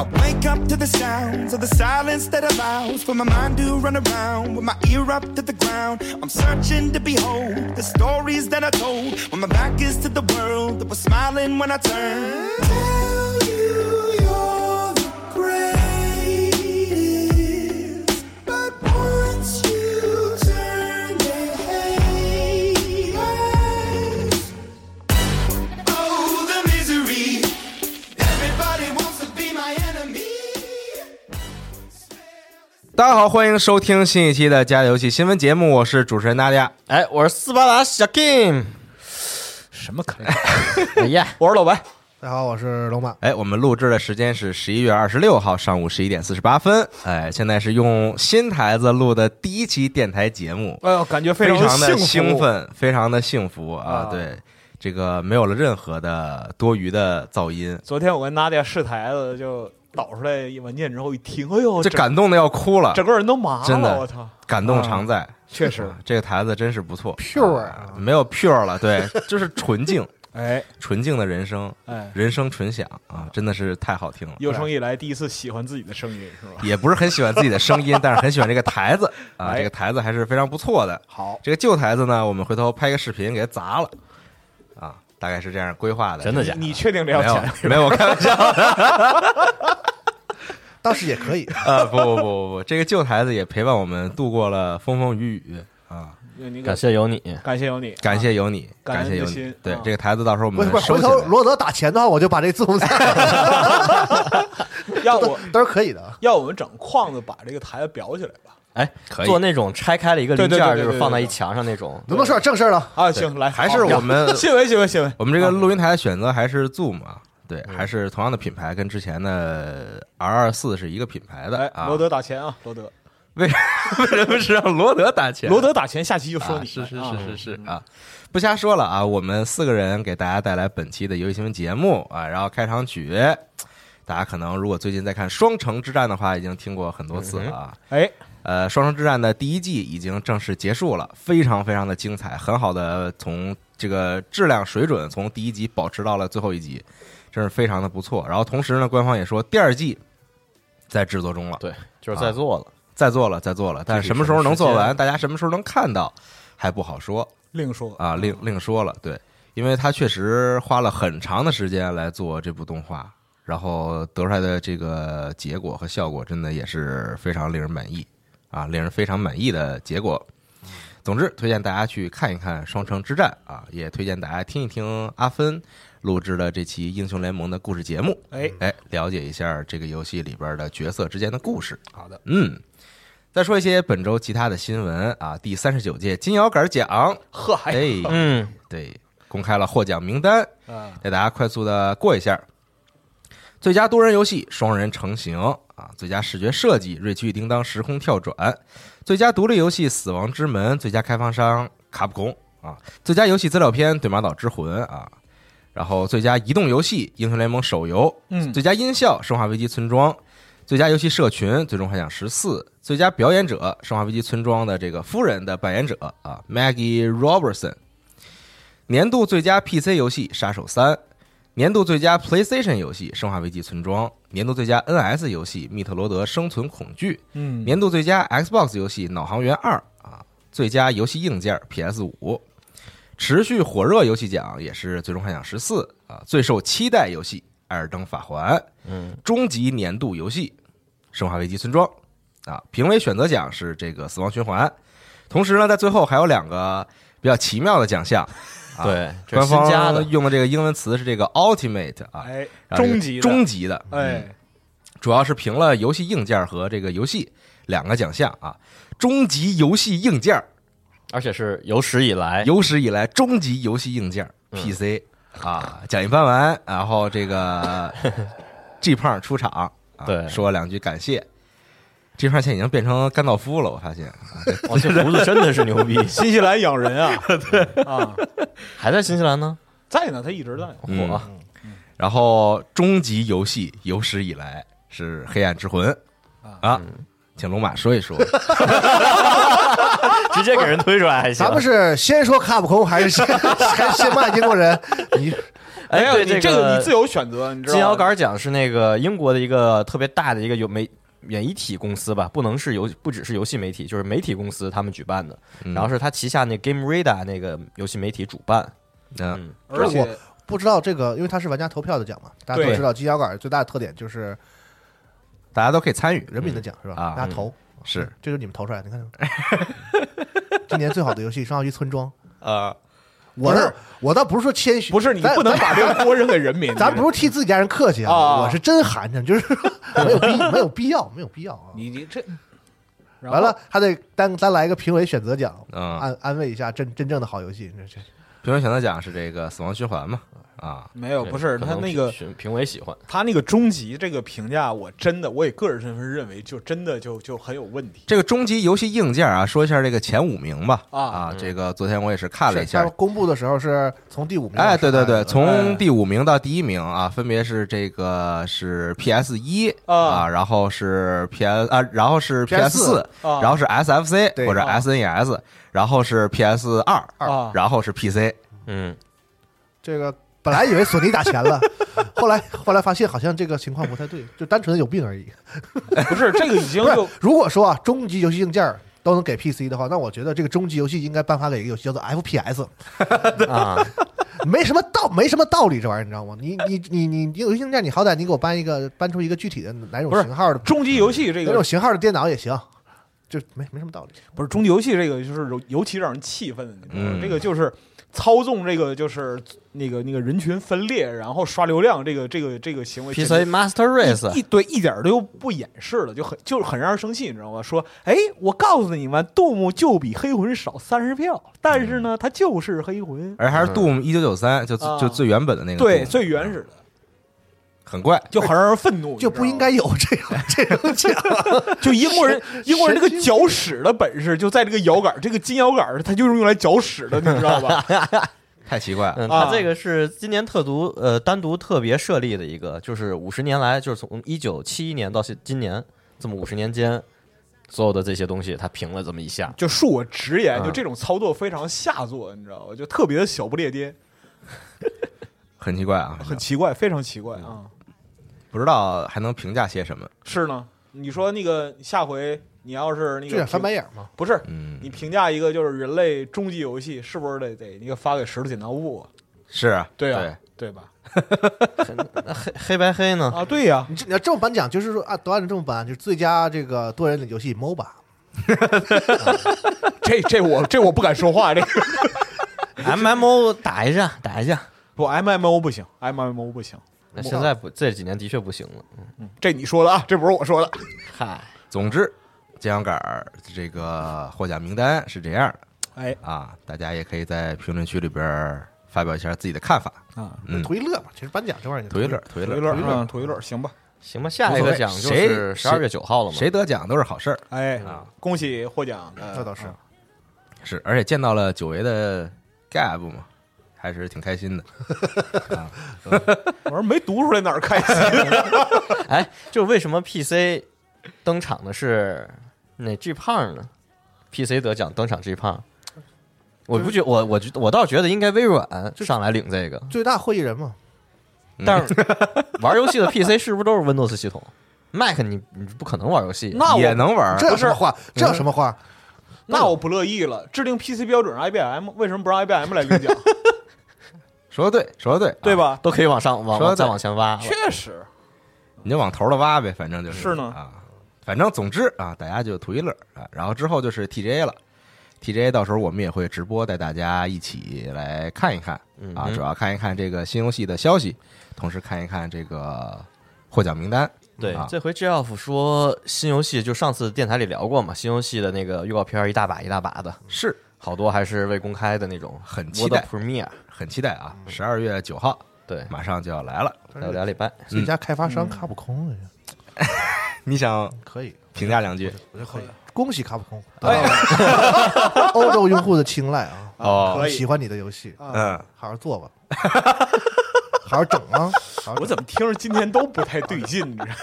I wake up to the sounds of the silence that allows for my mind to run around with my ear up to the ground. I'm searching to behold the stories that I told when my back is to the world that was smiling when I turned. Tell you you're the greatest, but once you turn, they hate us. Oh, the misery. Everybody wants to be my enemy. 大家好，欢迎收听新一期的《家游戏新闻节目》，我是主持人大家。哎，我是斯巴达小 Kim，什么可能？ 哎呀，我是老白。大家好，我是龙马。哎，我们录制的时间是十一月二十六号上午十一点四十八分。哎，现在是用新台子录的第一期电台节目，哎呦，感觉非非常的的兴。奋，非常的幸福啊！啊对，这个没有了任何的多余的噪音，昨天我跟娜迪亚试台子，就导出来一文件之后一听，哎呦，这整感动的要哭了，整个人都麻了，真的我操！感动常在。啊啊确实，这个台子真是不错 Pure 啊没有 pure 了，对，就是纯净， 哎纯净的人生，哎，人生纯享啊，真的是太好听了。有生以来第一次喜欢自己的声音，是吧？也不是很喜欢自己的声音，但是很喜欢这个台子啊，哎这个台子还是非常不错的。好，这个旧台子呢，我们回头拍个视频给它砸了啊，大概是这样规划的。你你确定这要啊没有钱？没有，我开玩笑倒是也可以，啊！不不不不不，这个旧台子也陪伴我们度过了风风雨雨啊！你你感谢有你，感谢有你，感谢有你，啊感恩感谢有之你心。对啊这个台子，到时候我不们是不是，收回起头来。罗德打钱的话，我就把这字幕加，要我都是可以的。要我们整框子把这个台子裱起来吧？哎，可以做那种拆开了一个零对对件对儿，对就是放在对对一墙上那种。能不能说点正事儿了？啊，行，来，还是好我们新闻新闻新闻，我们这个录音台的选择还是 Zoom 啊，对，嗯还是同样的品牌，跟之前的 R 二四是一个品牌的哎，啊。罗德打钱啊，罗德，为 为什么是让罗德打钱？罗德打钱，下期就说啊，你是是啊是是是啊，不瞎说了啊！我们四个人给大家带来本期的游戏新闻节目啊，然后开场曲，大家可能如果最近在看《双城之战》的话，已经听过很多次了啊。哎，呃，《双城之战》的第一季已经正式结束了，非常非常的精彩，很好的从这个质量水准从第一集保持到了最后一集，真是非常的不错。然后同时呢，官方也说第二季在制作中了。对，就是啊在做了。在做了，在做了，但具体什么时候能做什么完，时间大家什么时候能看到，还不好说另说啊。另另说了，对，因为他确实花了很长的时间来做这部动画，然后得出来的这个结果和效果，真的也是非常令人满意啊，令人非常满意的结果。总之，推荐大家去看一看《双城之战》啊，也推荐大家听一听阿芬录制的这期《英雄联盟》的故事节目。哎，哎，了解一下这个游戏里边的角色之间的故事。好 的，嗯，再说一些本周其他的新闻啊。第三十九届金摇杆奖，呵，还哎，嗯，对，公开了获奖名单，啊，带大家快速的过一下。最佳多人游戏双人成行啊，最佳视觉设计《瑞奇与叮当：时空跳转》，最佳独立游戏《死亡之门》，最佳开放商卡普空啊，最佳游戏资料片《对马岛之魂》啊，然后最佳移动游戏《英雄联盟手游》，嗯最佳音效《生化危机村庄》，最佳游戏社群最终幻想十四，最佳表演者《生化危机村庄》的这个夫人的扮演者啊，Maggie Robertson。年度最佳 PC 游戏《杀手三》，年度最佳 PlayStation 游戏《生化危机村庄》，年度最佳 NS 游戏《密特罗德：生存恐惧》，嗯，年度最佳 Xbox 游戏《脑航员二》啊，最佳游戏硬件 PS 五，持续火热游戏奖也是《最终幻想十四》啊，最受期待游戏《艾尔登法环》，嗯，终极年度游戏《生化危机村庄》啊，评委选择奖是这个《死亡循环》，同时呢，在最后还有两个比较奇妙的奖项，啊对，这官是新加的方用的这个英文词是这个 Ultimate 啊，哎，然后这个终极的终极的，哎，主要是评了游戏硬件和这个游戏两个奖项啊。终极游戏硬件，而且是有史以来有史以来终极游戏硬件嗯 PC 啊，奖一颁完，然后这 个 G 胖出场，啊对说两句感谢。G 胖现在已经变成甘道夫了，我发现哇，哦这胡子真的是牛逼， 新西兰养人啊，对啊，还在新西兰呢。 在呢，他一直在。我。然后终极游戏有史以来是《黑暗之魂》啊，嗯请龙马说一说。直接给人推出来还行。咱们是先说卡普空还是先还是先骂英国人？你哎，没有对你这个你自由选择，你知道金吗摇杆奖是那个英国的一个特别大的一个有媒演艺体公司吧，不能是游不只是游戏媒体，就是媒体公司他们举办的。嗯然后是他旗下那 Game Radar 那个游戏媒体主办。嗯，不而是且我不知道这个，因为它是玩家投票的奖嘛，大家都对知道金摇杆最大的特点就是大家都可以参与，人民的奖是吧？啊大嗯家投是，这就是你们投出来的，你看。 今年最好的游戏《生化危机村庄》啊，我不倒是我倒不是说谦虚，不是你咱不能把这个锅扔给人民， 咱不是替自己家人客气啊，啊我是真寒碜，就是说没有必没有必要，没有必要啊。你你这然后完了，还得单单来一个评委选择奖，嗯安安慰一下真真正的好游戏。这这评委选择奖是这个《死亡循环》嘛？啊，没有对不是可他能那个评评委喜欢，他那个终极这个评价，我真的我以个人身份认为就真的就就很有问题。这个终极游戏硬件啊，说一下这个前五名吧。啊啊，这个昨天我也是看了一是他下们，公布的时候是从第五名开哎，始啊看对的，对对，哎从第五名到第一名啊，分别是这个是 PS 一啊啊，然后是 PS 啊，然后是 PS 四，啊然后是 SFC 对或者啊 SNES，然后是 PS 二啊然后是 PC。嗯，这个本来以为索尼打钱了，后来后来发现好像这个情况不太对，就单纯的有病而已。不是这个已经不，就是如果说啊，终极游戏硬件儿都能给 PC 的话，那我觉得这个终极游戏应该颁发给一个游戏叫做 FPS，啊， 没什么道，没什么道理，这玩意儿你知道吗？你你你你你游戏硬件，你好歹你给我搬一个，搬出一个具体的哪种不是型号的，终极游戏这哪种个型号的电脑也行，就没没什么道理。不是终极游戏这个就是尤尤其让人气愤，你知道吗嗯？这个就是操纵这个就是那个那个人群分裂，然后刷流量这个这个这个行为 PC 简直 Master 一 Race 一对一点儿都不掩饰了，就很就是很让人生气，你知道吗？说，哎，我告诉你们，Doom 就比黑魂少三十票，但是嗯呢，它就是黑魂，啊而还是 Doom 一九九三，就啊就最原本的那个 Doom，对，最原始的，很怪，啊就很让人愤嗯怒，就你知道不吗应该有这种这种奖， 就英国人，英国人这个搅屎的本事就在这个摇杆儿，这个金摇杆儿，它就是用来搅屎的，你知道 吧？太奇怪了。嗯，啊它这个是今年特独呃单独特别设立的一个，就是五十年来，就是从一九七一年到现今年这么五十年间，所有的这些东西，它评了这么一下，就恕我直言，嗯就这种操作非常下作，你知道吧？就特别的小不列颠，很奇怪啊，很奇怪，非常奇怪嗯啊！不知道还能评价些什么。是呢，你说那个下回你要是那这个也翻白眼儿嘛。不是嗯，你评价一个就是人类终极游戏，是不是得得那个发给石头剪刀布啊？是啊，对啊，对对吧？那黑 黑白黑呢？啊，对呀、你这你要这么颁奖，就是说啊，都按照这么颁，就是最佳这个多人游戏 MOBA， 这这我这我不敢说话，这个 M M O 打一下，打一下。 不 M M O 不行，M M O 不行，那现在不，这几年的确不行了。这你说的啊，这不是我说的。嗨，总之，金羊杆儿这个获奖名单是这样的哎啊，大家也可以在评论区里边儿发表一下自己的看法，啊，嗯图一乐嘛。其实颁奖这玩意儿，图一乐，，图一图乐，一图一乐，乐嗯，图一乐，行吧。行吧，下一个奖就谁是十二月九号了嘛。谁得奖都是好事儿，哎，啊恭喜获奖的，呃那倒是啊是，而且见到了久违的 Gab 嘛，还是挺开心的。我说没读出来哪儿开心，哎，就为什么 PC 登场的是那 G 胖呢？PC 得奖登场 G 胖，我不觉我我觉我倒觉得应该微软上来领这个，最大获益人嘛，但是玩游戏的 PC 是不是都是 Windows 系统？Mac 你你不可能玩游戏，那也我能玩儿，这有什么话？嗯这有什么话？那我不乐意了。制定 PC 标准让 IBM，为什么不让 IBM 来领奖？说的对，说的对，对啊？吧？都可以往上说往得往再对往前挖了。 确实，你就往头了挖呗，反正就是是呢啊，反正总之啊，大家就图一乐啊。然后之后就是 TGA 了，TGA 到时候我们也会直播带大家一起来看一看嗯啊，哼主要看一看这个新游戏的消息，同时看一看这个获奖名单。对啊，这回 J Off 说新游戏，就上次电台里聊过嘛，新游戏的那个预告片一大把一大把的，是好多还是未公开的那种，很期待 Premiere，很期待啊，十二月九号对，马上就要来了，还有俩礼拜。嗯最佳开发商卡普空哎呀你想可以，评价两句？嗯我觉得可以。恭喜卡普空得哎到了 欧洲用户的青睐啊！哦，可以喜欢你的游戏，嗯，好好做吧， 好好整啊！好好我整怎么听着今天都不太对劲？你知道吗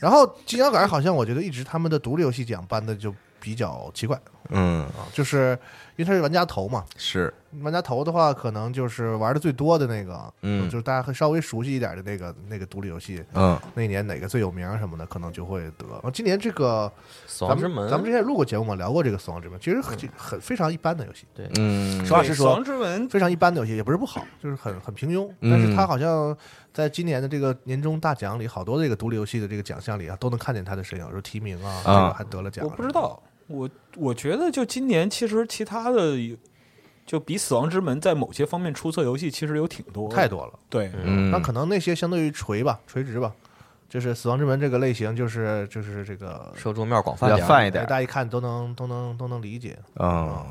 然后金摇杆好像我觉得一直他们的独立游戏奖颁的就比较奇怪嗯，啊，就是因为它是玩家头嘛，是，玩家头的话可能就是玩的最多的那个，嗯就是大家会稍微熟悉一点的那个那个独立游戏，嗯，那一年哪个最有名什么的，可能就会得。啊今年这个死咱亡之们门，嗯咱们之前录过节目嘛，聊过这个《死亡之门》，其实很很非常一般的游戏，嗯，实话实死说亡，之吻非常一般的游戏，也不是不好，就是很很平庸。嗯但是它好像在今年的这个年终大奖里，好多这个独立游戏的这个奖项里啊，都能看见它的身影，说提名啊，这个还得了奖。我不知，道，我我觉得就今年其实其他的有，就比《死亡之门》在某些方面出色游戏其实有挺多的太。多了。对，嗯，啊那可能那些相对于垂吧，垂直吧，就是《死亡之门》这个类型，就是就是这个，受众面广泛要点儿，泛一大点，家一看都能都能都能理解。嗯，啊，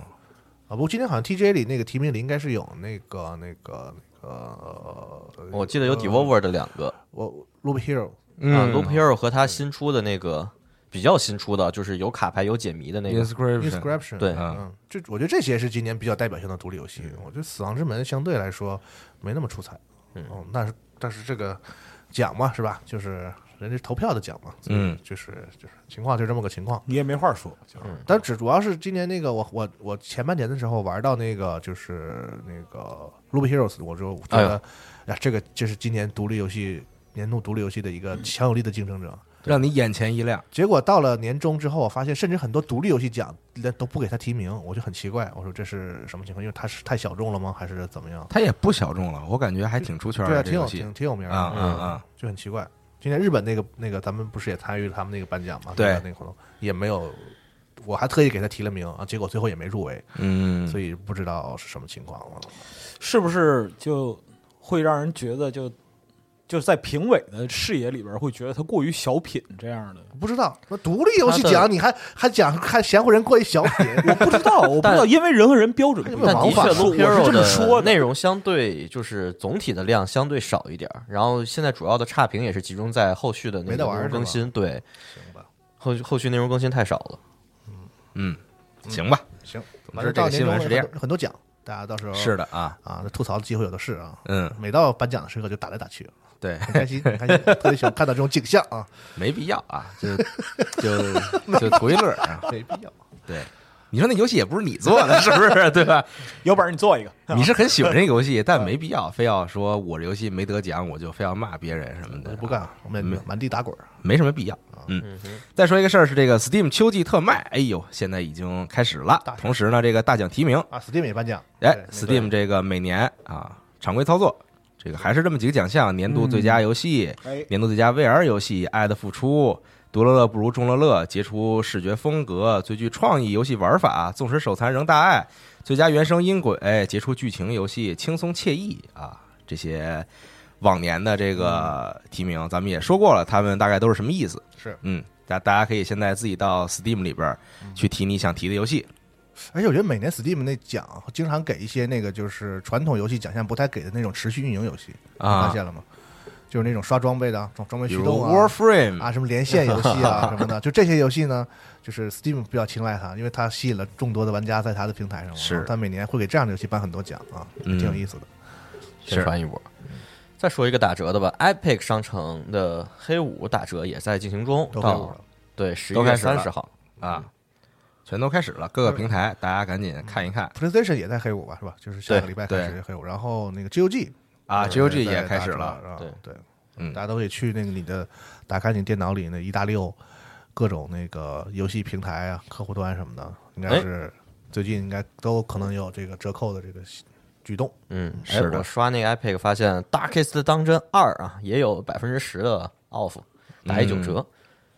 不过今天好像 TJ 里那个提名里应该是有那个那个那个，呃我记得有 Devolver 的两个，我 Loop Hero 嗯 l o p e r o 和他新出的那个比较新出的，就是有卡牌有解谜的那个， inscription， Inscription，对嗯，这我觉得这些是今年比较代表性的独立游戏。我觉得《死亡之门》相对来说没那么出彩，嗯，哦、但是但是这个奖嘛，是吧？就是人家投票的奖嘛，所以嗯就是就是情况就这么个情况。你也没话说，就是但只主要是今年那个我我我前半年的时候玩到那个就是那个 Loop Heroes，我就觉得，哎呀，这个这是今年独立游戏年度独立游戏的一个强有力的竞争者。让你眼前一亮。结果到了年终之后，我发现甚至很多独立游戏奖连都不给他提名，我就很奇怪，我说这是什么情况？因为他是太小众了吗？还是怎么样？它也不小众了，我感觉还挺出圈对啊，的这挺个有游戏挺挺有名的，啊啊嗯啊！就很奇怪。今年日本那个那个，咱们不是也参与了他们那个颁奖嘛？对吧那个活动也没有，我还特意给他提了名啊，结果最后也没入围。嗯，所以不知道是什么情况了。是不是就会让人觉得就就在评委的视野里边会觉得它过于小品这样的？不知道那独立游戏他奖的你还还讲还嫌乎人过于小品，我不知道，我不知道，因为人和人标准不一但样。但的王确法 l 我 o p e r 是 o 这么说的的。内容相对就是总体的量相对少一点儿，然后现在主要的差评也是集中在后续的那没得个玩内儿容更新，对，行吧，后后续内容更新太少了。嗯， 行吧，行，总之这个新闻是这样很，多，很多奖，大家到时候是的啊，啊，那吐槽的机会有的是啊。嗯，每到颁奖的时刻就打来打去，对，很开心，很开心，特别喜欢看到这种景象 啊，没必要啊， 就就就图一乐啊。没必要。对，你说那游戏也不是你做的，是不是？对吧？要不然你做一个，你是很喜欢这个游戏，但没必嗯要非要说我这游戏没得奖，我就非要骂别人什么我的，就呃不干，，我们没也满地打滚儿。没什么必要。嗯，再说一个事儿是这个 Steam 秋季特卖，哎呦，现在已经开始了大。事同时呢，这个大奖提名啊，Steam 也颁奖，哎对，Steam 这个每年啊，常规操作，这个还是这么几个奖项：年度最嗯佳游戏、哎，年度最佳 VR 游戏《爱的付出》，独乐乐不如众乐乐，杰出视觉风格，最具创意游戏玩法，纵使手残仍大爱，最佳原声音轨，杰出剧情游戏，轻松惬意啊，这些往年的这个嗯提名，咱们也说过了，他们大概都是什么意思？是，嗯，大大家可以现在自己到 Steam 里边儿嗯去提你想提的游戏，而且我觉得每年 Steam 那奖经常给一些那个就是传统游戏奖项不太给的那种持续运营游戏，你啊发现了吗？就是那种刷装备的啊装装备比驱如动啊， Warframe 啊，什么连线游戏 啊什么的，就这些游戏呢，就是 Steam 比较青睐它，因为它吸引了众多的玩家在它的平台上嘛。是它每年会给这样的游戏颁很多奖啊，嗯挺有意思的。宣传一波。嗯再说一个打折的吧，Epic 商城的黑五打折也在进行中，都开始到了，对十一都开月始了三十号，啊，全都开始了，各个平台大家赶紧看一看 PlayStation 也在黑五吧，是吧？就是下个礼拜开对始黑五，然后那个 GOG 啊就是，GOG 也在开始打折了，啊对对，嗯大家都可以去那个你的打开你电脑里那一大溜各种那个游戏平台啊、客户端什么的，应该哎是最近应该都可能有这个折扣的这个举动。嗯，是哎的我刷那个 Epic 发现《Darkest Dungeon 二》啊，也有百分之十的 off，打一九折，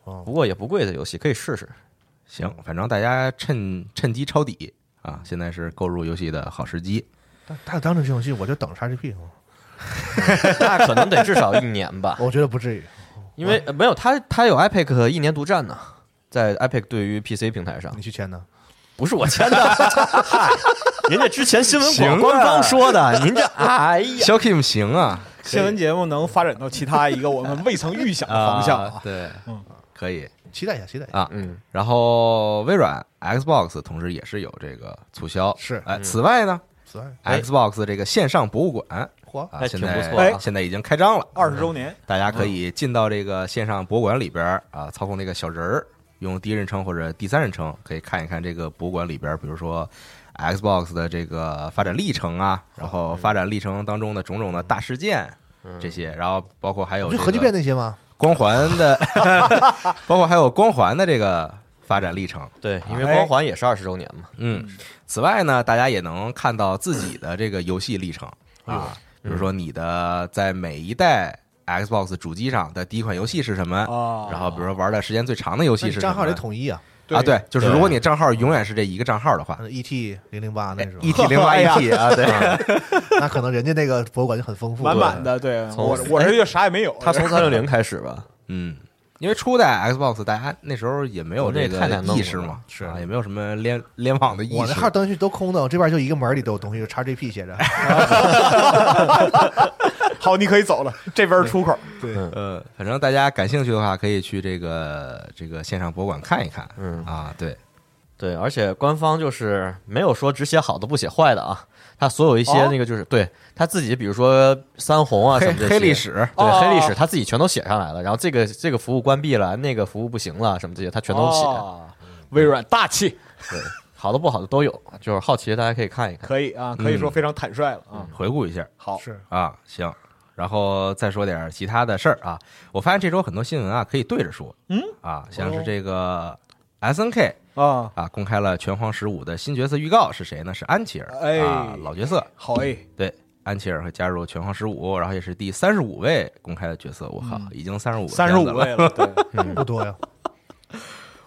哦不过也不贵的游戏可以试 试。行，反正大家趁趁机抄底啊，现在是购入游戏的好时机。但但当成这游戏，我就等 XGP，啊那可能得至少一年 哎吧，我觉得不至于。因为呃没有它，它有 Epic 一年独占呢，在 Epic 对于 PC 平台上你去签呢？不是我签 的，嗨人家之前新闻行啊广官方说的， 您这哎呀，小 Kim 行啊，新闻节目能发展到其他一个我们未曾预想的方向啊啊！对，可以期待一下，期待一下。啊。嗯，然后微软 Xbox 同时也是有这个促销，是哎。此外呢此外，嗯哎，Xbox 这个线上博物馆嚯，啊，还现挺不在错啊现在已经开张了，二十周年，大家可以进到这个线上博物馆里边儿啊，操控那个小人儿，用第一人称或者第三人称，可以看一看这个博物馆里边儿，比如说 Xbox 的这个发展历程啊，然后发展历程当中的种种的大事件。这些，然后包括还有不这就个核聚变那些吗？光环的， 包括还有光环的这个发展历程。对，因为光环也是二十周年嘛，嗯，此外呢，大家也能看到自己的这个游戏历程啊，比如说你的在每一代 Xbox 主机上的第一款游戏是什么，哦嗯然后比如说玩的时间最长的游那戏你是什账么号得统一啊啊，对，就是如果你账号永远是这一个账号的啊话，ET E 零零八那时候，哎，E T 零八 E T 啊，对，那可能人家那个博物馆就很丰富，满满的。对从我我这就啥也没有。它从是三六零开始 吧，嗯。因为初代 Xbox 大家那时候也没有国内这个太难弄意识了嘛，是啊，也没有什么联联网的意识。我那号东西都空的，我这边就一个门里都有东西，就 XGP 写着。好，你可以走了， 这边是出口。呃，反正大家感兴趣的话，可以去这个这个线上博物馆看一看。嗯啊，对，对，而且官方就是没有说只写好的不写坏的啊，他所有一些哦那个就是、对他自己，比如说三红啊什黑么这些黑历，史，对、哦黑历史他自己全都写上来了。然后这个这个服务关闭了，那个服务不行了什么这些他全都写，哦微软大气，对，好的不好的都有。就是好奇大家可以看一看。可以啊，可以说非常坦率了啊。回顾一下好，是啊，行，然后再说点其他的事儿啊。我发现这周很多新闻啊，可以对着说。嗯啊，像是这个 S N K 啊，啊，公开了《拳皇十五》的新角色预告，是谁呢？是安琪儿哎啊，老角色。好哎，对，安琪儿会加入《拳皇十五》，然后也是第三十五位公开的角色。我靠，已经三十五三十五位了，对，不多呀，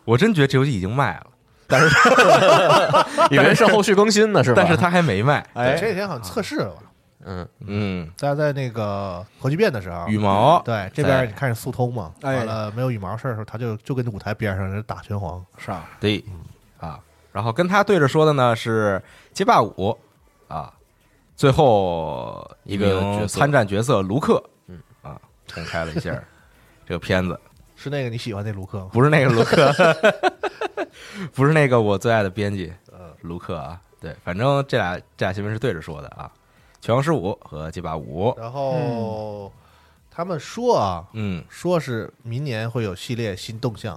我真觉得这游戏已经卖了，但是 以为是后续更新呢，是吧？但是他还没卖。对哎，前几天好像测试了吧？嗯，嗯，大家在那个核聚变的时候，羽毛对这在边你开始速通嘛，哎完了没有羽毛事儿的时候，他就就跟舞台边上人打拳皇，是啊，对啊，然后跟他对着说的呢是街霸五啊，最后一一个名角色参战角色卢克，嗯啊，公开了一下这个片子，是那个你喜欢那卢克吗？不是那个 卢克， 不是那个我最爱的编辑嗯卢克啊，对，反正这俩这俩新闻是对着说的啊，《拳皇十五》和《街霸五》，然嗯后他们说啊，嗯说是明年会有系列新动向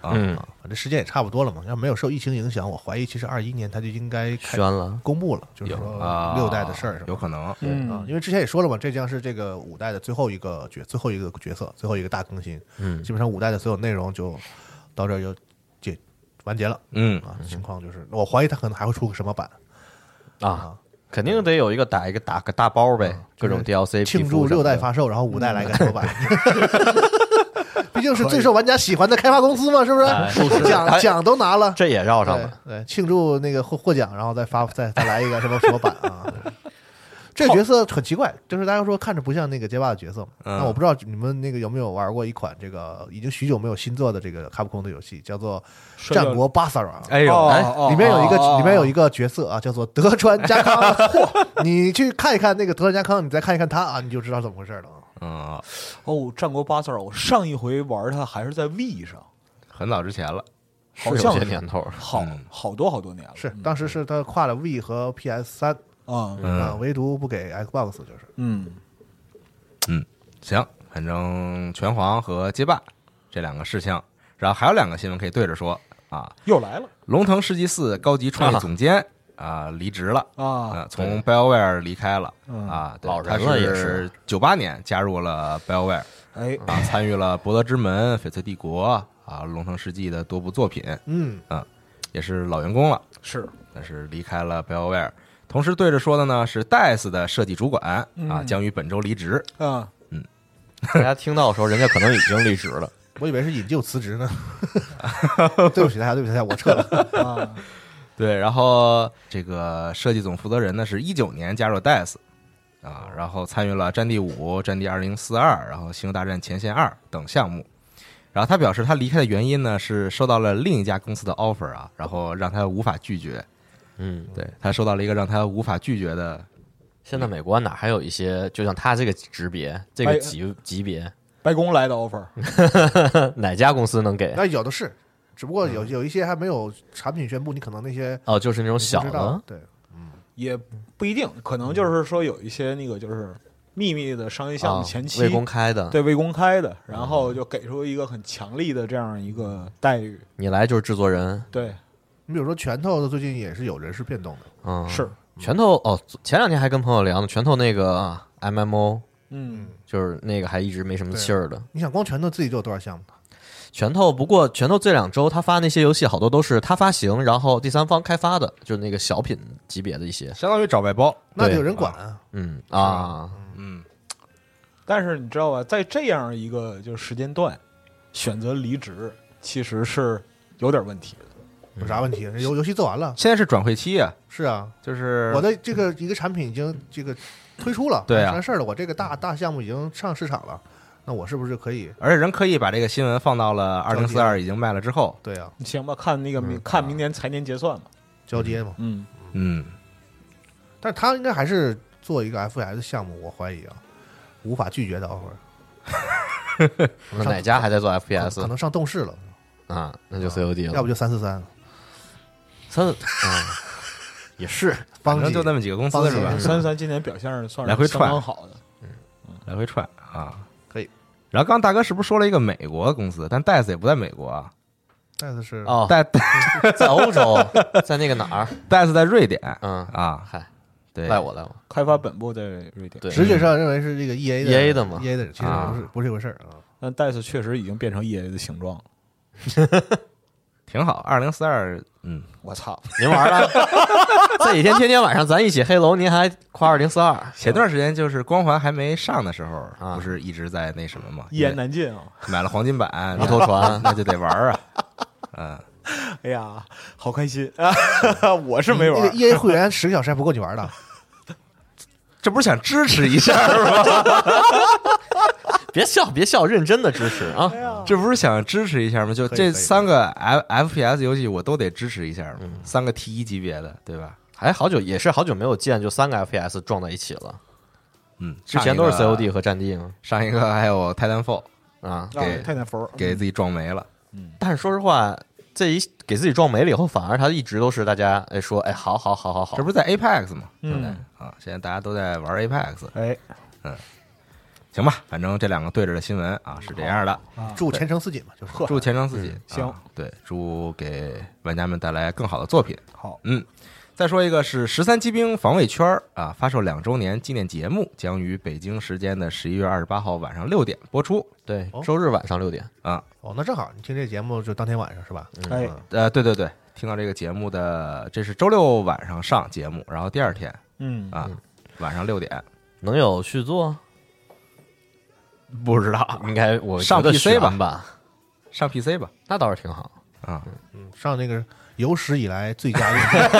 啊嗯啊，反正时间也差不多了嘛。要没有受疫情影响，我怀疑其实二一年他就应该开宣了，公布了，就是有说啊六代的事儿是吧？有可能，嗯啊，因为之前也说了嘛，这将是这个五代的最后一个角，最后一个角色，最后一个大更新。嗯基本上五代的所有内容就到这儿就解完结了嗯啊。情况就是，我怀疑他可能还会出个什么版，啊，肯定得有一个打一个打个大包呗，各种 DLC 庆皮肤祝什么六代的嗯发售，然后五代来个什么版。 毕竟是最受玩家喜欢的开发公司嘛，是不哎是？奖哎奖都拿了，这也绕上对了。对，庆祝那个获获奖，然后再发再再来一个什么什么版啊。这角色很奇怪，就是大家说看着不像那个街霸的角色嘛。嗯那我不知道你们那个有没有玩过一款这个已经许久没有新作的这个卡普空的游戏，叫做《射雕战国巴萨尔》。哎呦，哎哦里面有一个、哦里面有一个角色啊，叫做德川家康。嚯你去看一看那个德川家康，你再看一看他啊，你就知道怎么回事了啊。嗯，哦，战国八字儿，我上一回玩它还是在 V 上，很早之前了，是好有像些是年头儿，嗯好好多好多年了，嗯是当时是他跨了 V 和 PS 三啊，啊，嗯，唯独不给 Xbox 就是。嗯，行，反正拳皇和街霸这两个事情，然后还有两个新闻可以对着说啊。又来了龙腾世纪四高级创业总监啊、离职了哦啊、啊，从 BioWare 离开了嗯啊，对老人他了也是是嗯九八年加入了 BioWare 哎，啊，参与了《博德之门》《翡翠帝国》啊，《龙腾世纪》的多部作品，嗯，也是老员工了，是但是离开了 BioWare。同时对着说的呢是 DICE E 的设计主管啊，嗯将于本周离职。啊，大家听到的时候，人家可能已经离职了。我以为是引咎辞职呢。对不起大家，对不起大家，我撤了。啊对，然后这个设计总负责人呢是一九年加入 DICE 啊，然后参与了《战地五》《战地二零四二》然后《星球大战前线二》等项目。然后他表示，他离开的原因呢是收到了另一家公司的 offer 啊，然后让他无法拒绝。嗯，对他收到了一个让他无法拒绝的，现在美国哪还有一些就像他这个职别、这个哎级级别，白宫来的 offer 哪家公司能给？那有的是，只不过有有一些还没有产品宣布，你可能那些哦，就是那种你小不知道的。，对，也不一定，可能就是说有一些那个就是秘密的商业项目啊前期未公开的，对未公开的，然后就给出一个很强力的这样一个待遇，你来就是制作人，对，你比如说拳头，最近也是有人事变动的。嗯，是，拳头哦，前两天还跟朋友聊呢，拳头那个啊 MMO 嗯，就是那个还一直没什么气儿的。你想，光拳头自己就有多少项目？拳头不过拳头这两周他发那些游戏好多都是他发行，然后第三方开发的，就是那个小品级别的一些。相当于找外包。那得对有人管啊。嗯啊，嗯，但是你知道吧，在这样一个就是时间段，选择离职其实是有点问题的。有啥问题？游游戏做完了，现在是转会期啊，是啊，就是我的这个一个产品已经这个推出了，嗯对啊完事儿了，我这个大大项目已经上市场了，那我是不是可以？而且人刻意把这个新闻放到了二零四二已经卖了之后，对啊，行吧，看那嗯个明、啊看明年财年结算吧。交接嘛。嗯，嗯，但是他应该还是做一个 FS 项目，我怀疑啊，无法拒绝的 offer，那哪家还在做可可 FPS 能上动视了，啊？那就 COD 要了。不就三四三，三啊，也 是方反正机就那么几个公帮司机是嗯吧？三三今年表现是算来回是相串当好的。来回串啊，可以。然后刚刚大哥是不是说了一个美国公司？但戴斯也不在美国啊，但是哦，戴在欧洲，在那个哪儿？戴斯在瑞典嗯，啊，嗨，对，赖我赖我。开发本部在瑞典，对，直觉上认为是这个 E A 的 EA 的嘛 E A 的其实啊不是不是一回事儿啊。但 DICE 确实已经变成 EA 的形状了。挺好。二零四二，嗯，我操，您玩了？这几天天天晚上咱一起黑楼，您还夸二零四二？前段时间就是光环还没上的时候，啊不是一直在那什么 吗？一言难尽啊！买了黄金 版无头船 那就得玩啊。嗯，哎呀，好开心 啊！我 是没玩那个 E A 会员十个小时还不够你玩的，这不是想支持一 下吗？别笑，别笑，认真的支持啊！哎这不是想支持一下吗？就可以可这以三个 F F P S 游戏我都得支持一下嗯嘛，三个 T 一级别的，对吧？哎，好久也是好久没有见，就三个 FPS 撞在一起了。嗯，之前都是上一个 COD 和战地嘛，上一个还有 Titanfall 啊，啊给，太难服给自己撞没了。但是说实话，这一给自己撞没了以后，反而他一直都是大家哎说哎好好好好好，这不是在 Apex 吗？嗯现在啊，现在大家都在玩 Apex，哎行吧？反正这两个对着的新闻啊是这样的。啊，祝前程似锦嘛， 就是呵祝前程似锦，嗯行啊对，祝给玩家们带来更好的作品。好，嗯，再说一个是《十三机兵防卫圈》啊，发售两周年纪念节目将于北京时间的十一月二十八号晚上六点播出对哦，周日晚上六点，啊。哦，那正好你听这节目就当天晚上是吧？哎嗯呃，对对对，听到这个节目的这是周六晚上上节目，然后第二天嗯，啊、晚上六点，能有续作？不知道应该我上觉得 PC 吧悬吧，上 PC 吧那倒是挺好。啊。嗯，上那个有史以来最佳硬件，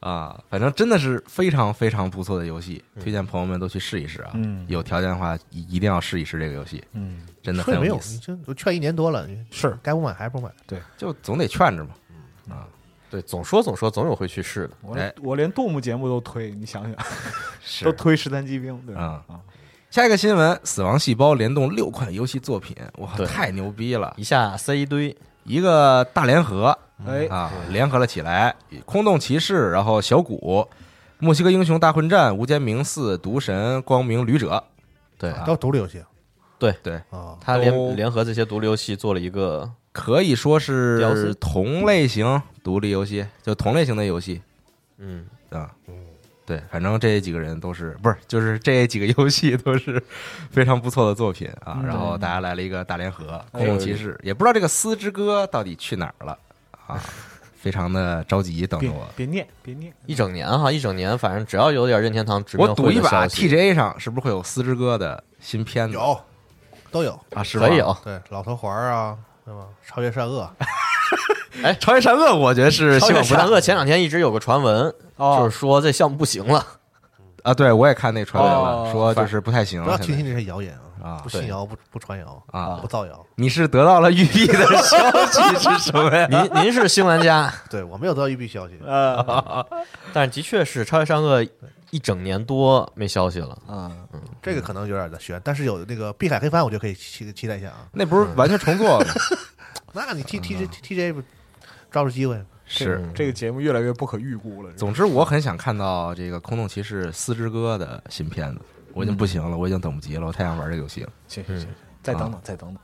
啊，反正真的是非常非常不错的游戏，推荐朋友们都去试一试啊！嗯有条件的话一一定要试一试这个游戏，嗯，真 的说很也没有意，思你。这我劝一年多了，你是该不买还是不买。就总得劝着嘛。对，总说总说，总有会去试的。我哎连我连杜牧节目都推，你想想，是嗯都推十三机兵，对吧？啊，下一个新闻，《死亡细胞》联动六款游戏作品，哇，对太牛逼了！一下塞一堆，一个大联合哎，啊，联合了起来，空洞骑士，然后小谷、墨西哥英雄大混战、无间冥寺、毒神、光明旅者，对啊都独立游戏对，对，啊，他都联联合这些独立游戏做了一个可以说屌丝是同类型独立游戏，就同类型的游戏嗯啊。对，反正这几个人都是不是，就是这几个游戏都是非常不错的作品啊。嗯然后大家来了一个大联合，哎空洞骑士，也不知道这个丝之歌到底去哪儿了啊，非常的着急等着别我。别念别念，一整年哈，一整年，反正只要有点任天堂直面我赌一把会的消息 TGA 上是不是会有《丝之歌》的新片子？有都有，啊，是吧可以。啊，对，老头环啊，对吧？超越善恶，超越善恶，我觉得是超希越望不善大恶前两天一直有个传闻，哦就是说这项目不行 了，啊。对，我也看那传闻哦了，说就是不太行不要了。听现在信这些谣言啊啊，不信谣，不不传谣啊不造谣。你是得到了玉璧的 消息是什么呀？您您是新玩家，对我没有得到育碧消息，呃，但的确是超越善恶一整年多没消息了，这个可能有点的悬，但是有那个碧海黑帆，我觉得可以期期待一下啊。那不是完全重做 吗？那你 T 嗯 T J T J 不抓住机会，是。这个节目越来越不可预估了。总之，我很想看到这个《空洞骑士：四之歌》的新片子。我已经不行了，我已经等不及了，我太想玩这个游戏了。行行行，再等等，啊再等等。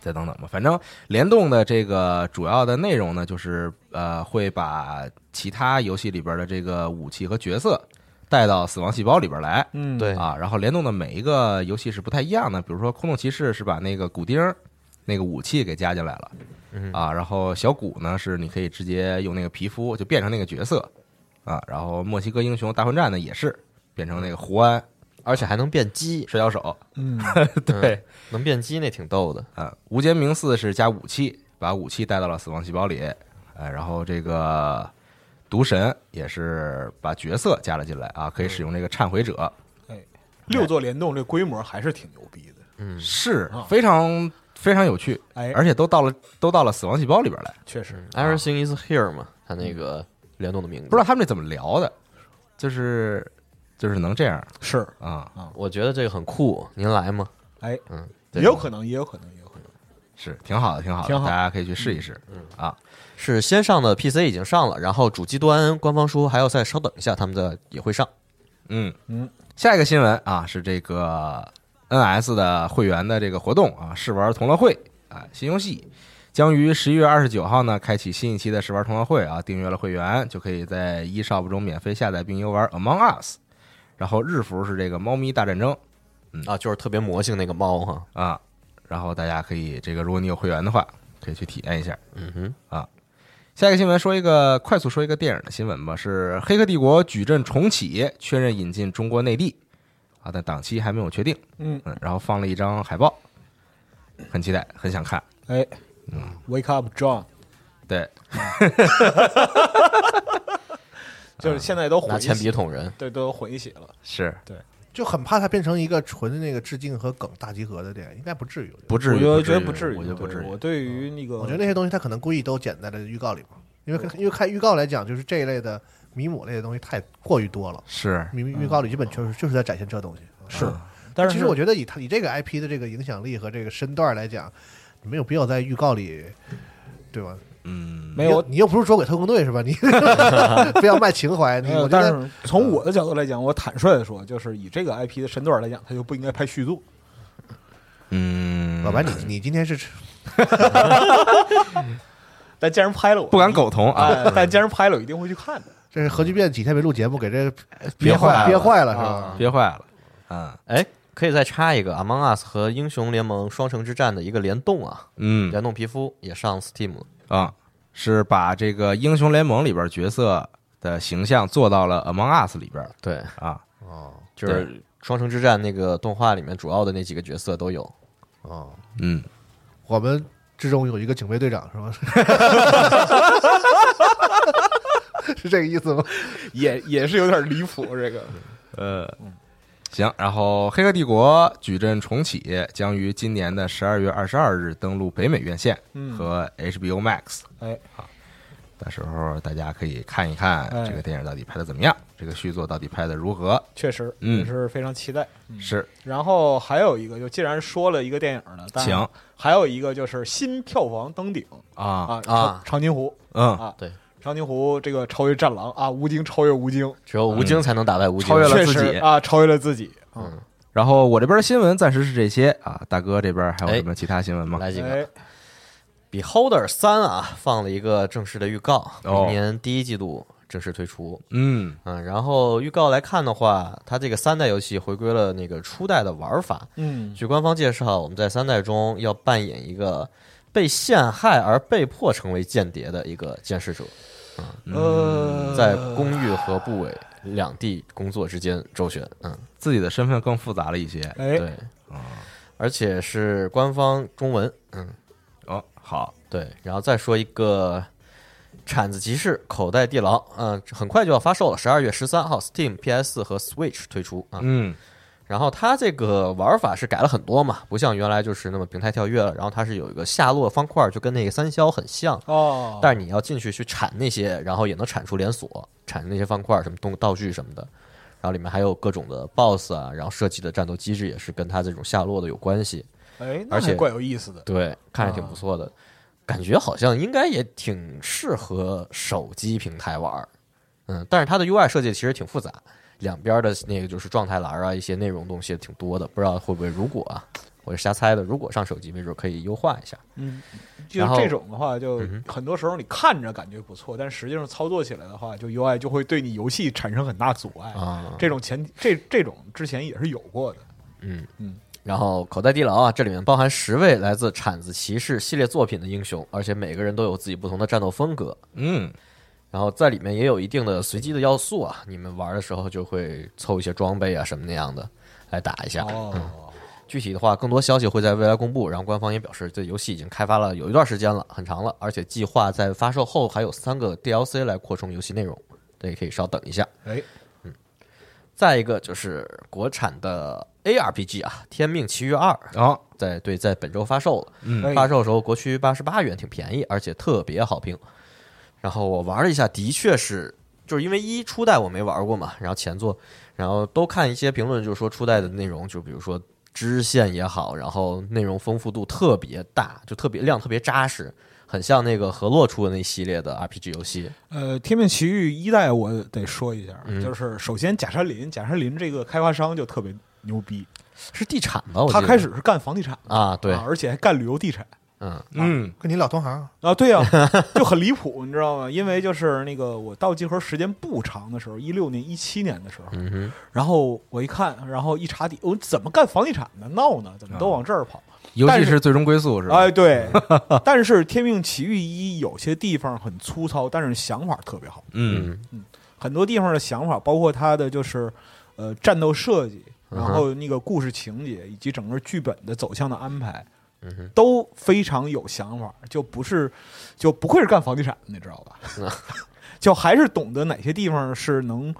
再等等吧，反正联动的这个主要的内容呢，就是呃，会把其他游戏里边的这个武器和角色带到死亡细胞里边来。嗯，对啊，然后联动的每一个游戏是不太一样的，比如说空洞骑士是把那个骨钉儿那个武器给加进来了，嗯啊，然后小骨呢是你可以直接用那个皮肤就变成那个角色啊，然后墨西哥英雄大混战呢也是变成那个胡安而且还能变鸡，摔跤手， 嗯，对，能变鸡那挺逗的，啊，无间冥寺是加武器，把武器带到了死亡细胞里，哎，然后这个毒神也是把角色加了进来啊，可以使用这个忏悔者，哎，六座联动这规模还是挺牛逼的。是非常非常有趣，哎而且都到了都到了死亡细胞里边来，确实， Everything is here 嘛，他那个联动的名字，不知道他们这怎么聊的，就是就是能这样是，啊，我觉得这个很酷，您来吗？哎，嗯，也对有可能，也有可能，也有可能。是挺好的，挺好的，挺好大家可以去试一试，嗯啊，是先上的 PC 已经上了，然后主机端官方说还要再稍等一下，他们的也会上。嗯嗯。下一个新闻啊是这个 NS 的会员的这个活动啊，试玩同乐会啊，新游戏。将于十一月二十九号呢开启新一期的试玩同乐会啊！订阅了会员就可以在 eShop 中免费下载并游玩《Among Us》，然后日服是这个《猫咪大战争》，嗯啊，就是特别魔性那个猫哈，啊，然后大家可以这个，如果你有会员的话，可以去体验一下。啊嗯哼，下一个新闻说一个快速说一个电影的新闻吧，是《黑客帝国》矩阵重启，确认引进中国内地啊，但档期还没有确定。嗯然后放了一张海报，很期待，很想看。哎，Wake 嗯 up John，对，嗯就是现在都拿混一铅笔起，捅人，对，都混一起了。是就很怕它变成一个纯的那个致敬和梗大集合的电影，应该不至于。我觉得不至于，我觉得不至至于，我觉得不对至于嗯我。对于那个，我觉得那些东西他可能故意都剪在了预告里嘛，因为因为看预告来讲，就是这一类的迷母类的东西太过于多了，是迷预告里基本就是就是在展现这东西。啊是，但嗯是其实我觉得以他以这个 IP 的这个影响力和这个身段来讲，你没有必要在预告里，对吧？嗯，没有你又你又不是捉鬼特工队是吧？你 不要卖情怀，你呃我觉但得嗯是从我的角度来讲，我坦率的说，就是以这个 IP 的身段来讲，它就不应该拍续作。嗯，老白你你今天是但既然拍了我，不敢苟同啊。哎，但既然拍了，我一定会去看的。这是核聚变几天没录节目，给这憋坏坏了憋坏了是啊吧？憋坏了，嗯哎，可以再插一个《Among Us》和《英雄联盟：双城之战》的一个联动啊，嗯联动皮肤也上 Steam 了。啊，是把这个英雄联盟里边角色的形象做到了 Among Us 里边对，啊。哦就是《双城之战》那个动画里面主要的那几个角色都有。哦，嗯，我们之中有一个警卫队长是吧？ 是这个意思吗？也也是有点离谱，这个呃，行，然后《黑客帝国》矩阵重启将于今年的十二月二十二日登陆北美院线嗯和 HBO Max，哎，到时候大家可以看一看哎这个电影到底拍的怎么样，这个续作到底拍的如何。确实嗯也是非常期待。是，然后还有一个，就既然说了一个电影了，当然行还有一个就是新票房登顶啊啊啊长长津湖嗯啊，对，长津湖这个超越战狼啊，吴京超越吴京，只有吴京才能打败吴嗯京。超越了确自实己啊，超越了自己。嗯嗯然后我这边的新闻暂时是这些啊，大哥这边还有什么其他新闻吗？哎来几个，哎， Beholder 三啊，放了一个正式的预告，哦明年第一季度正式推出。嗯嗯，然后预告来看的话，它这个三代游戏回归了那个初代的玩法。嗯，据官方介绍，我们在三代中要扮演一个被陷害而被迫成为间谍的一个监视者，呃，嗯在公寓和部委两地工作之间周旋。嗯，自己的身份更复杂了一些。哎，对，而且是官方中文。嗯，哦，好，对，然后再说一个铲子骑士口袋地牢，嗯、很快就要发售了，十二月十三号，Steam、PS 和 Switch 推出啊。嗯然后它这个玩法是改了很多嘛，不像原来就是那么平台跳跃了，然后它是有一个下落方块，就跟那个三消很像。哦，但是你要进去去铲那些，然后也能铲出连锁，铲那些方块什么东道具什么的，然后里面还有各种的 BOSS 啊，然后设计的战斗机制也是跟它这种下落的有关系。哎，那而且还怪有意思的。对，看着挺不错的，感觉好像应该也挺适合手机平台玩儿。嗯，但是它的 UI 设计其实挺复杂，两边的那个就是状态栏啊，一些内容东西挺多的，不知道会不会如果啊，我是瞎猜的，如果上手机没准可以优化一下。嗯，就然后嗯这种的话，就很多时候你看着感觉不错，但实际上操作起来的话，就 UI 就会对你游戏产生很大阻碍啊这种前提这这种之前也是有过的。然后口袋地牢啊，这里面包含十位来自铲子骑士系列作品的英雄，而且每个人都有自己不同的战斗风格。嗯然后在里面也有一定的随机的要素啊，你们玩的时候就会凑一些装备啊什么那样的来打一下。哦，具体的话，更多消息会在未来公布。然后官方也表示，这游戏已经开发了有一段时间了，很长了，而且计划在发售后还有三个 DLC 来扩充游戏内容，大家可以稍等一下。哎，再一个就是国产的 ARPG 啊，《天命奇遇二》哦在对在本周发售了，哎嗯发售的时候国区八十八元，挺便宜，而且特别好评。然后我玩了一下，的确是，就是因为一初代我没玩过嘛，然后前作，然后都看一些评论，就是说初代的内容，就比如说支线也好，然后内容丰富度特别大，就特别量特别扎实，很像那个河洛出的那系列的 RPG 游戏。呃，《天命奇遇》一代我得说一下，嗯就是首先贾山林，贾山林这个开发商就特别牛逼，是地产吧？我记他得开始是干房地产的啊，对，啊而且还干旅游地产。嗯嗯跟你老同行，啊，对呀、就很离谱，你知道吗？因为就是那个我到集合时间不长的时候，一六年、一七年的时候，嗯哼，然后我一看，然后一查底，我怎么干房地产的？闹呢？怎么都往这儿跑？游但戏是是最终归啊宿是吧？哎， 对。但是《天命奇遇一》有些地方很粗糙，但是想法特别好。嗯嗯很多地方的想法，包括它的就是呃战斗设计，嗯哼然后那个故事情节以及整个剧本的走向的安排，嗯哼，都非常有想法，就不是就不愧是干房地产的，你知道吧？嗯 就还是懂得哪些地方是能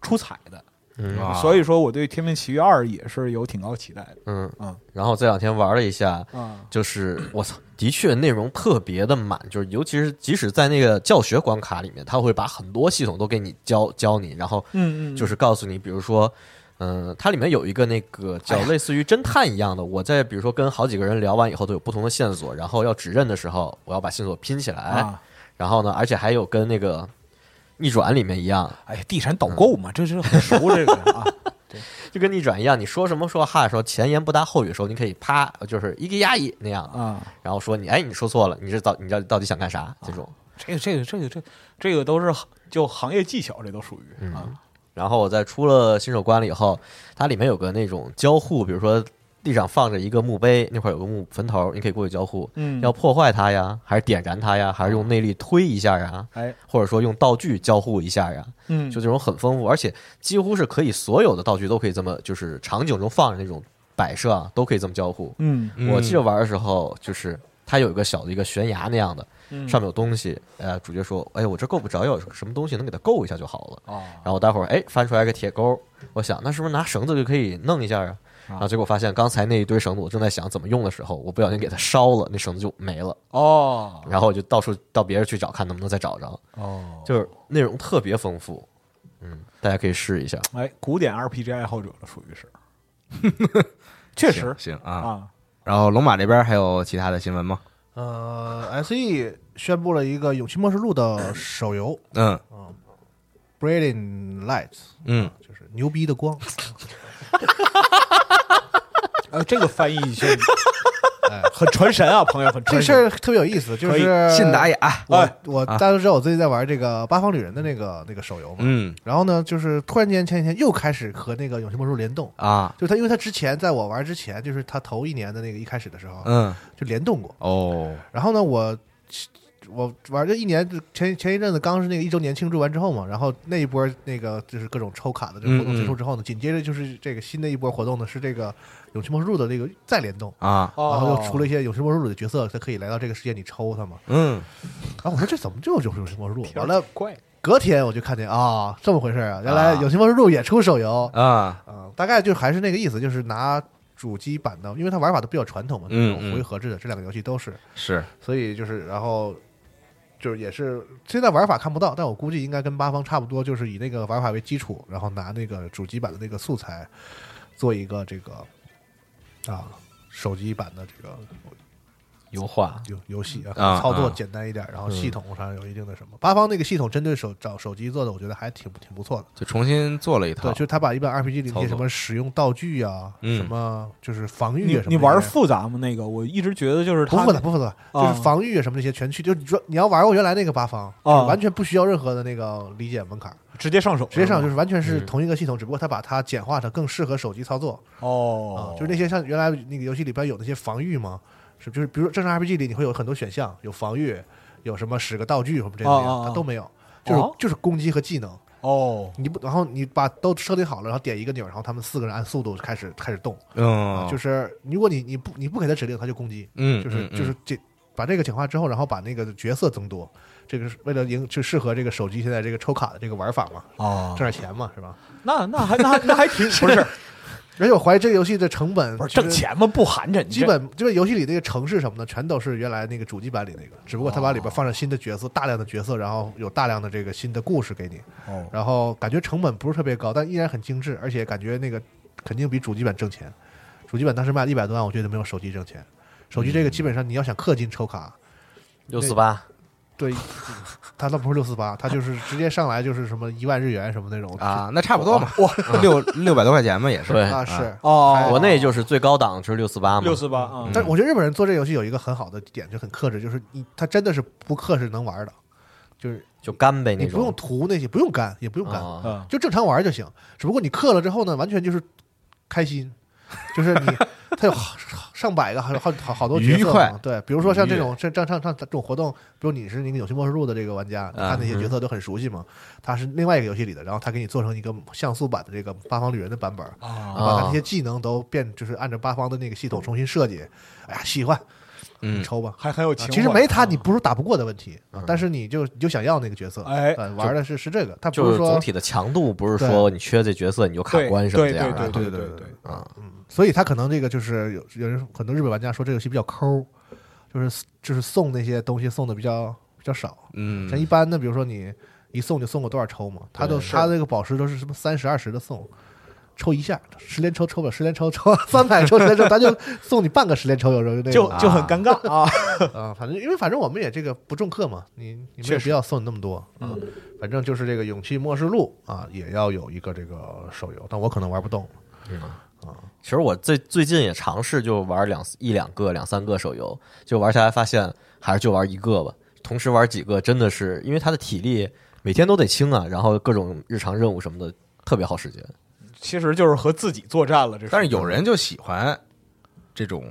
出彩的，嗯啊所以说我对《天命奇遇二》也是有挺高期待的嗯嗯然后这两天玩了一下，啊。就是我操，的确内容特别的满，就是尤其是即使在那个教学关卡里面，他会把很多系统都给你教教你，然后嗯嗯，就是告诉你，比如说。嗯，它里面有一个那个哎叫类似于侦探一样的，我在比如说跟好几个人聊完以后，都有不同的线索，然后要指认的时候，我要把线索拼起来，啊，然后呢，而且还有跟那个逆转里面一样，哎，地产导购嘛，这是很熟这个啊。就跟逆转一样，你说什么说话的时候，前言不搭后语的时候，你可以啪，就是一个压抑那样的，啊，然后说你哎，你说错了，你这到你到到底想干啥？这种， 这个这个这个这个这个都是就行业技巧，这都属嗯于啊。然后我在出了新手关了以后，它里面有个那种交互，比如说地上放着一个墓碑，那块有个墓坟头，你可以过去交互，嗯啊要破坏它呀，还是点燃它呀，还是用内力推一下呀，哎，或者说用道具交互一下呀，嗯就这种很丰富，而且几乎是可以所有的道具都可以这么，就是场景中放着那种摆设啊，都可以这么交互。嗯嗯我记得玩的时候，就是它有一个小的一个悬崖那样的，嗯上面有东西，呃，主角说，哎呀，我这够不着，有什么东西能给它够一下就好了。哦，然后我待会儿哎翻出来个铁钩，我想那是不是拿绳子就可以弄一下啊？然后结果发现刚才那一堆绳子，我正在想怎么用的时候，我不小心给它烧了，那绳子就没了。哦然后我就到处到别人去找，看能不能再找着。哦，就是内容特别丰富，嗯，大家可以试一下。哎，古典 RPG 爱好者了，属 于是，确实行啊。啊，然后龙马这边还有其他的新闻吗？呃，SE 宣布了一个《勇气末世录》的手游嗯《Brilliant Lights》，嗯，就是牛逼的 光。呃，这个翻译就 很传神啊，朋友，很哎这传事神。儿特别有意思，就可以是信达雅，我我啊大家都知道我最近在玩这个《八方旅人》的那个那个手游嘛，嗯然后呢，就是突然间前几天又开始和那个《勇气魔术》联动，啊，就他因为他之前在我玩之前，就是他头一年的那个一开始的时候嗯就联动过，哦，然后呢，我我玩这一年前前一阵子刚是那个一周年庆祝完之后嘛，然后那一波那个就是各种抽卡的这个活动嗯嗯结束之后呢，紧接着就是这个新的一波活动呢是这个《勇气魔术》的这个再联动。啊，然后哦，又出了一些《勇士魔术》的角色，他可以来到这个世界，你抽他嘛？嗯然后我说这怎么就有《勇士魔术》？完完了了，，怪隔天我就看见啊、这么回事儿啊！原来啊《有形魔术录》也出手游，啊，嗯，大概就还是那个意思，就是拿主机版的，因为它玩法都比较传统嘛，嗯这种回合制的这两个游戏都是，是所以就是然后就是也是现在玩法看不到，但我估计应该跟八方差不多，就是以那个玩法为基础，然后拿那个主机版的那个素材做一个这个啊手机版的这个油画游游戏啊啊，操作啊简单一点，然后系统上有一定的什么。八方那个系统针对手找手机做的，我觉得还挺挺不错的。就重新做了一对，套就，是他把一般 RPG 里那操作些什么使用道具啊，嗯什么就是防御你啊什么你玩这儿些复杂吗？那个我一直觉得就是不他复杂不复杂，就啊是防御啊什么这些全去，就是你说你要玩过原来那个八方，啊就是完全不需要任何的那个理解门槛，直接上手，实际上就是是完全是嗯同一个系统，只不过他把它简化成更适合手机操作吗啊哦，，就是那些像原来那个游戏里边有那些防御嘛，是就是比如说正常 RPG 里你会有很多选项，有防御，有什么使个道具什么这类啊啊的，啊它都没有，就是哦就是攻击和技能。哦，你不，然后你把都设定好了，然后点一个钮，然后他们四个人按速度开始开始动，哦嗯，就是是如果你你不你不给他指令，他就攻击，嗯，就是嗯嗯就是这把这个简化之后，然后把那个角色增多，这个是为了迎就适合这个手机现在这个抽卡的这个玩法嘛，哦挣点钱嘛，是吧？那那还那那 还挺不是而且我怀疑这个游戏的成本不是就是挣，钱吗？不寒碜，你基这本就是游戏里那个城市什么的，全都是原来那个主机版里那个，只不过他把里边放上新的角色，大量的角色，然后有大量的这个新的故事给你，哦然后感觉成本不是特别高，但依然很精致，而且感觉那个肯定比主机版挣钱。主机版当时卖一百多万，我觉得没有手机挣钱。手机这个基本上你要想氪金抽卡，六四八，对，它倒不是六四八，它就是直接上来就是什么一万日元什么那种啊，那差不多嘛， 六六百多块钱嘛，也 是对啊是。哦，国内就是最高档就是六四八嘛，六四八啊，但我觉得日本人做这游戏有一个很好的点，就很克制，就是你他真的是不克制能玩的，就是就干呗你那种，不用图那些，不用干，也不用干，哦啊嗯，就正常玩就行。只不过你氪了之后呢，完全就是开心，就是你它有好上百个，还有好好好多角愉色快嘛。对，比如说像这种这这上上这种活动，比如你是那个《有趣末世录》的这个玩啊家，你看那些嗯角色都很熟悉嘛。他是另外一个游戏里的，然后他给你做成一个像素版的这个八方旅人的版本，啊，把他那哦啊些，技能都变，就是按照八方的那个系统重新设计。哎呀，喜欢嗯抽吧。还很有啊情怀。其实没他，啊你不是打不过的问题，啊但是你就你就想要那个角色，哎呃玩的是是这个，他不就是是说总体的强度不是说你缺这角色你就卡对关什么对这样对的对对对对对，啊，所以他可能这个就是有有人很多日本玩家说这游戏比较抠，就是就是送那些东西送的比较比较少。嗯像一般的，比如说你一送就送个多少抽嘛，他都他那个宝石都是什么三十二十的送，抽一下十连抽抽不了，十连抽 抽三百抽十连抽，他就送你半个十连抽，有时候就那就种就很尴尬啊，啊，反正因为反正我们也这个不重氪嘛，你你没确有实必要送你那么多啊。反正就是这个《勇气末世录》啊，也要有一个这个手游，但我可能玩不动。其实我最最近也尝试就玩两一两个两三个手游，就玩下来发现还是就玩一个吧。同时玩几个真的是，因为他的体力每天都得清啊，然后各种日常任务什么的特别耗时间。 其实就是和自己作战了。这但是有人就喜欢这种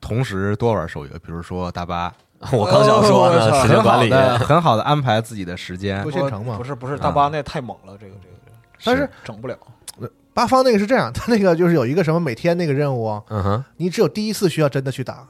同时多玩手游，比如说大巴，我刚想说我操呢，时啊很间好管理的 很好的安排自己的时哎间不，现成嘛不是不是，大巴那太猛了，这个这个这个但是整不了。八方那个是这样，他那个就是有一个什么每天那个任务，啊嗯哼，你只有第一次需要真的去打，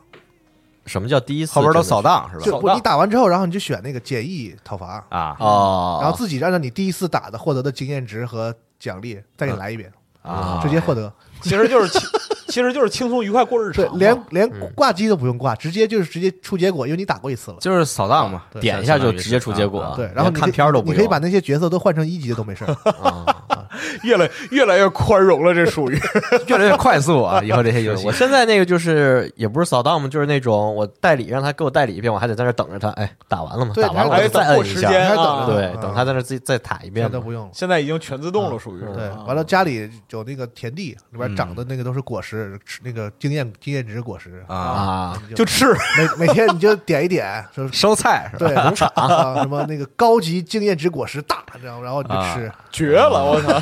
什么叫第一次？后边都扫荡是吧？就扫不荡你打完之后，然后你就选那个简易讨伐，啊哦，然后自己按照你第一次打的获得的经验值和奖励，再给你来一遍，嗯啊，直接获得。其实就是轻，其实就是轻松愉快过日常对嘛。，连连挂机都不用挂，直接就是直接出结果，因为你打过一次了。就是扫荡嘛，对点一下就直接出结啊果，对，然后连你看可以片儿都不你可以用把那些角色都换成一级的都没事儿啊啊，越来越来越宽容了，这属于 越来越快速 啊！以后这些游戏我，现在那个就是也不是扫荡嘛，就是那种我代理让他给我代理一遍，我还得在那儿等着他。哎，打完了吗？对打完了他我还得就再等过摁一时下。间还啊等，对啊，等他嗯在那儿自己再打一现遍在。嘛不用了。现在已经全自动了，属于嗯对啊，完了家里有那个田地，里边长的那个都是果实，吃那个经验经验值果实，啊，啊，就就吃每每天你就点一点，说收菜是吧？对农场啊，什么那个高级经验值果实大，然后然后你就啊吃，绝了，我操，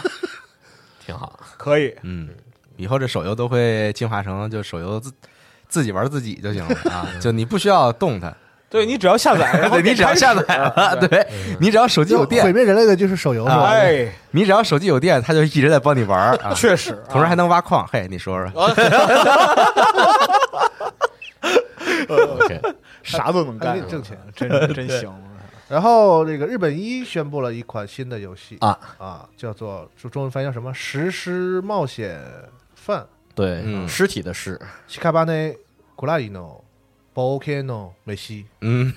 挺 好。可以，嗯，以后这手游都会进化成就手游自自己玩自己就行了 啊，就你不需要动它，对你只要下载，然后对你只要点开始下载了，啊 对你只要手机有毁电，灭人类的就是手游是吧？哎，你只要手机有电，它就一直在帮你玩 儿啊，哦确实，同时还能挖矿。嘿，你说说， OK，啥都能还干给，你挣钱。真真行。然后这个日本一宣布了一款新的游戏啊啊，叫做中中文翻译叫什么《实施冒险犯对，嗯尸体的尸，》西卡巴内库拉伊诺 o k 诺美西。嗯，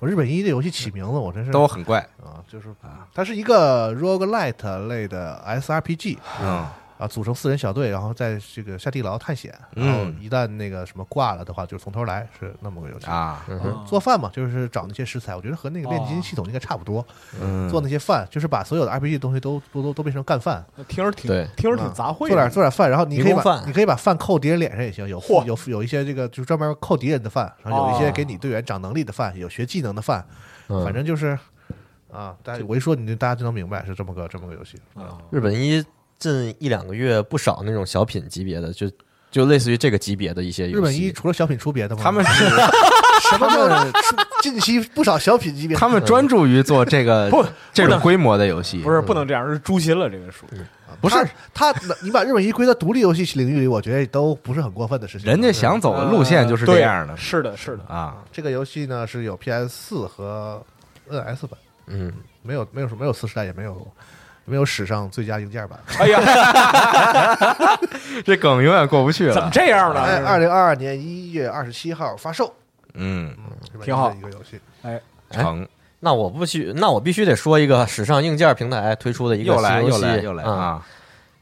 我日本一这游戏起名字我真是都很怪，啊，就是它是一个 roguelite 类的 SRPG 嗯啊，组成四人小队，然后在这个下地牢探险，嗯然后一旦那个什么挂了的话，就是从头来，是那么个游戏。啊，嗯做饭嘛，就是找那些食材，我觉得和那个炼金系统应该差不多。哦嗯，做那些饭，就是把所有的 RPG 的东西都都都都变成干饭，听着挺对听着挺杂烩做的，点做点饭，然后你可以迷把宫饭你可以把饭扣敌人脸上也行，有嚯有有一些这个就是专门扣敌人的饭，然后有一些哦给你队员长能力的饭，有学技能的饭，嗯反正就是啊，大家我一说你就大家就能明白是这么个这么个游戏。日本一近一两个月不少那种小品级别的，就就类似于这个级别的一些游戏。日本一除了小品出别的吗？他们 是什么叫出近期不少小品级别？他们专注于做这 个不这不种能规模的游戏，不是不能这样，是诛心了，这个属于啊不是他，你把日本一归到独立游戏领域里，我觉得都不是很过分的事情。啊人家想走的路线就是这样呃的对是 的，是的，啊，这个游戏呢是有 PS 四和 NS 版，嗯，没有没有没有四十代，也没有没有史上最佳硬件版。哎呀，这梗永远过不去怎么了。这样呢？哎，二零二二年一月二十七号发售，嗯，日本挺好的一个游戏。成那我不须，那我必须得说一个史上硬件平台推出的一个哎又来新游又戏来又来啊！啊！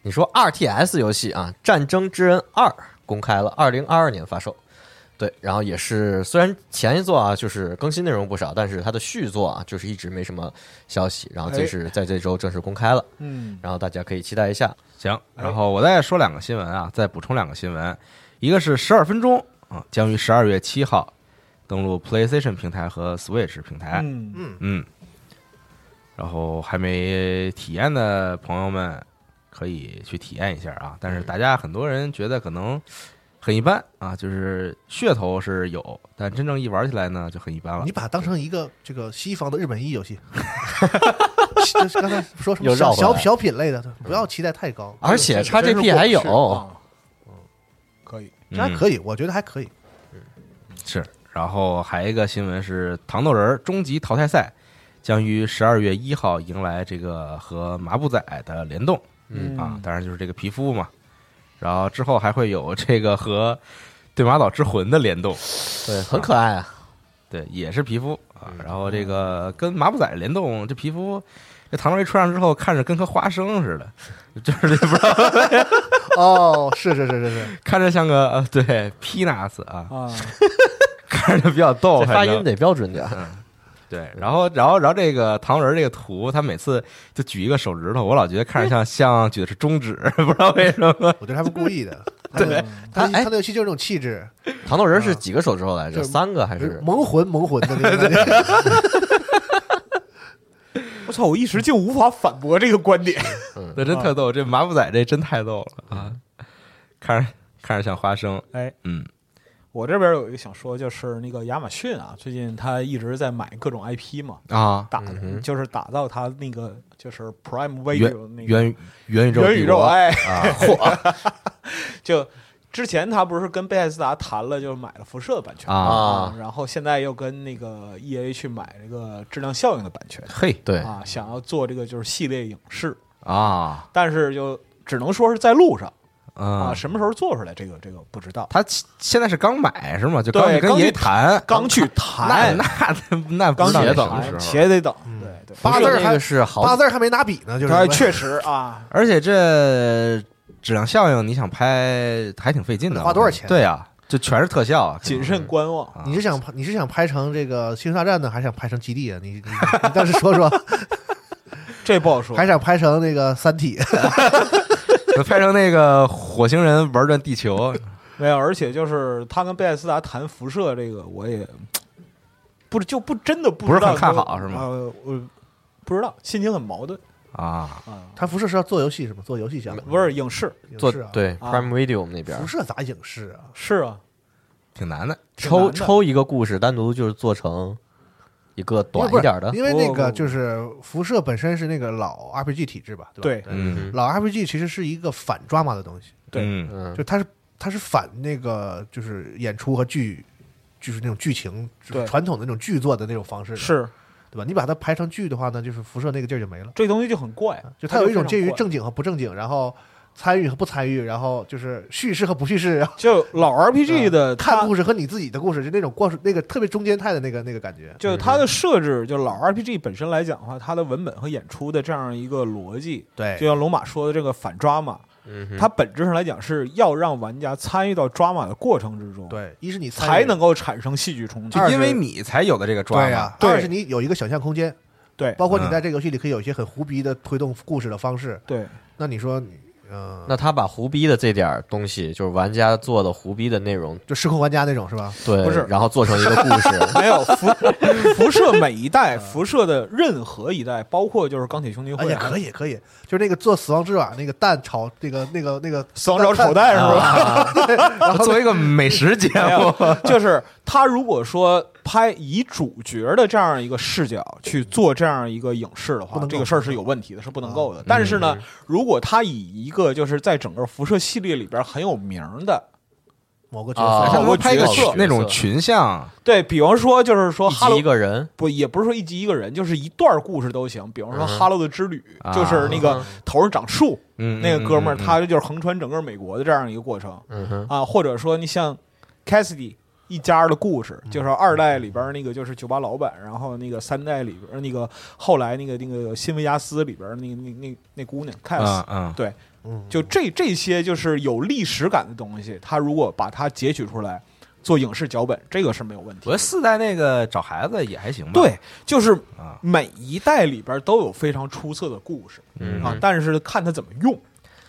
你说 RTS 游戏啊，《战争之刃二》公开了，二零二二年发售。对，然后也是虽然前一座啊就是更新内容不少，但是它的续作啊就是一直没什么消息，然后哎这是在这周正式公开了，嗯，然后大家可以期待一下。行，然后我再说两个新闻啊，再补充两个新闻，啊一个是十二分钟啊，将于十二月七号登陆 PlayStation 平台和 Switch 平台。嗯，嗯，然后还没体验的朋友们可以去体验一下啊。但是大家很多人觉得可能很一般啊，就是噱头是有，但真正一玩起来呢就很一般了你。把它当成一个这个西方的日本一游 戏。就是刚才说什么又小绕小回来了嗯小品类的，不要期待太高。而且这嗯真是 XGP 过还不有去啊可以，嗯这还可以，我觉得还可以。是，然后还有一个新闻是糖豆人儿终极淘汰赛将于十二月一号迎来这个和麻布仔的联动。嗯啊，当然就是这个皮肤嘛。然后之后还会有这个和 对马岛之魂的联动，对，很可爱啊，对，也是皮肤啊。嗯然后这个跟麻布仔联动，这皮肤这糖豆人一穿上之后，看着跟颗花生似的， 就是这不知道，哦，是是是是是，看着像个呃对 peanuts 啊，啊，看着就比较逗，哦这发反正音得标准点儿。对，然后，然后，然后这个糖人这个图，他每次就举一个手指头，我老觉得看着像嗯像举的是中指， 不知道为什么。我觉得他们故意 的。对，他哎他那游戏就是这种气质，糖豆人是几个手指头来着？啊就是三个还哎是？萌魂萌魂的那 种感觉。 我操，我一时竟无法反驳这个观点，嗯那真特逗，这麻布仔这真太逗了嗯啊！看着看着像花生，哎，嗯 我这边有一个想说，就是那个亚马逊啊，最近他一直在买各种 IP 嘛，啊，打嗯哼就是打造他那个就是 Prime 元 Video 那个元元宇宙元宇宙，哎， 帝国啊，嚯就之前他不是跟贝塞斯达谈了，就是买了辐射的版权啊啊然后现在又跟那个 E A 去买这个质量效应的版权嘿对，啊，想要做这个就是系列影视，啊但是就只能说是在路上啊，啊！什么时候做出来这个这个不知道，他现现在是刚买是吗？就对跟刚爷去谈，刚去那谈， 那那不刚 知道去什么谈时候且得等，对对，嗯八字儿那还个是好八字儿还没拿笔呢，就是哎，确实啊，而且这质量效应，你想拍还挺费劲的，花多少钱对啊，就全是特效啊，谨慎观望。 你是想你是想拍成这个《星球大战》呢，还是想拍成《基地》啊？你你你倒是说 说，这不好说还。是想拍成那个《三体》 拍成那个火星人玩转地球，没有，而且就是他跟贝塞斯达谈辐射这个，我也不就不真的不知道不是很看说好是吗呃，我不知道，心情很矛盾啊，啊。他辐射是要做游戏是吗？做游戏项目不是影视，影做视啊？，对啊 Prime Video 我们那边辐射咋影视啊？是啊，挺难的。挺难抽的抽一个故事，单独就是做成一个短一点的因为不是因为那不不个不就是辐射本身是那个老 RPG 体制吧，对对吧？嗯，老 RPG 其实是一个反抓马的东西，对嗯嗯就它是它是反那个就是演出和剧，就是那种剧情，就是对传统的那种剧作的那种方式的，是对吧？你把它拍成剧的话呢，就是辐射那个劲儿就没了，这东西就很怪，就它有一种非常介于怪正经和不正经，然后参与和不参与，然后就是叙事和不叙事，然后就老 RPG 的呃它嗯看故事和你自己的故事，就那种过那个特别中间态的那个那个感觉。就它的设置，就老 RPG 本身来讲的话，它的文本和演出的这样一个逻辑，对就像龙马说的这个反抓马，哎嗯哼，它本质上来讲是要让玩家参与到抓马的过程之中，，对，一是你参与才能够产生戏剧冲突。就因为你才有的这个抓对嘛呀，，对二是你有一个想象空间，对包括你在这个游戏里可以有一些很胡逼的推动故事的方式。对，那你说你，嗯，那他把胡逼的这点儿东西，就是玩家做的胡逼的内容，就失控玩家那种是吧？对，不是然后做成一个故 事，没有辐 辐射每一嗯代，辐射的任何一代，包括就是钢铁兄弟啊，会也可以，可以，就是那个做死亡之瓦那个蛋炒那个那个那个死亡之炒蛋是吧？然后做一个美食 节 没目，有，就是他如果说拍以主角的这样一个视角去做这样一个影视的不话，能够这个事儿是有问题的，是不能够的。但是呢，如果他以一个就是在整个辐射系列里边很有名的，某个角啊色，他某们个拍一个角色那种群像，对比方说就是说一哈集喽一，个人，不也不是说一集一个人，就是一段故事都行。比方说嗯哼哈喽的之旅，啊就是那个头上长树嗯，那个哥们儿，嗯嗯嗯他就是横穿整个美国的这样一个过程。嗯哼，啊，或者说你像 Cassidy 一家的故事，嗯就是二代里边儿那个就是酒吧老板，然后那个三代里边儿那个后来那个那个新维加斯里边儿那那那那姑娘 Cass，、嗯嗯，对，嗯，就这这些就是有历史感的东西，他如果把它截取出来做影视脚本，这个是没有问题我觉得的。四代那个找孩子也还行吧，对，就是啊每一代里边儿都有非常出色的故事、嗯啊，但是看他怎么用，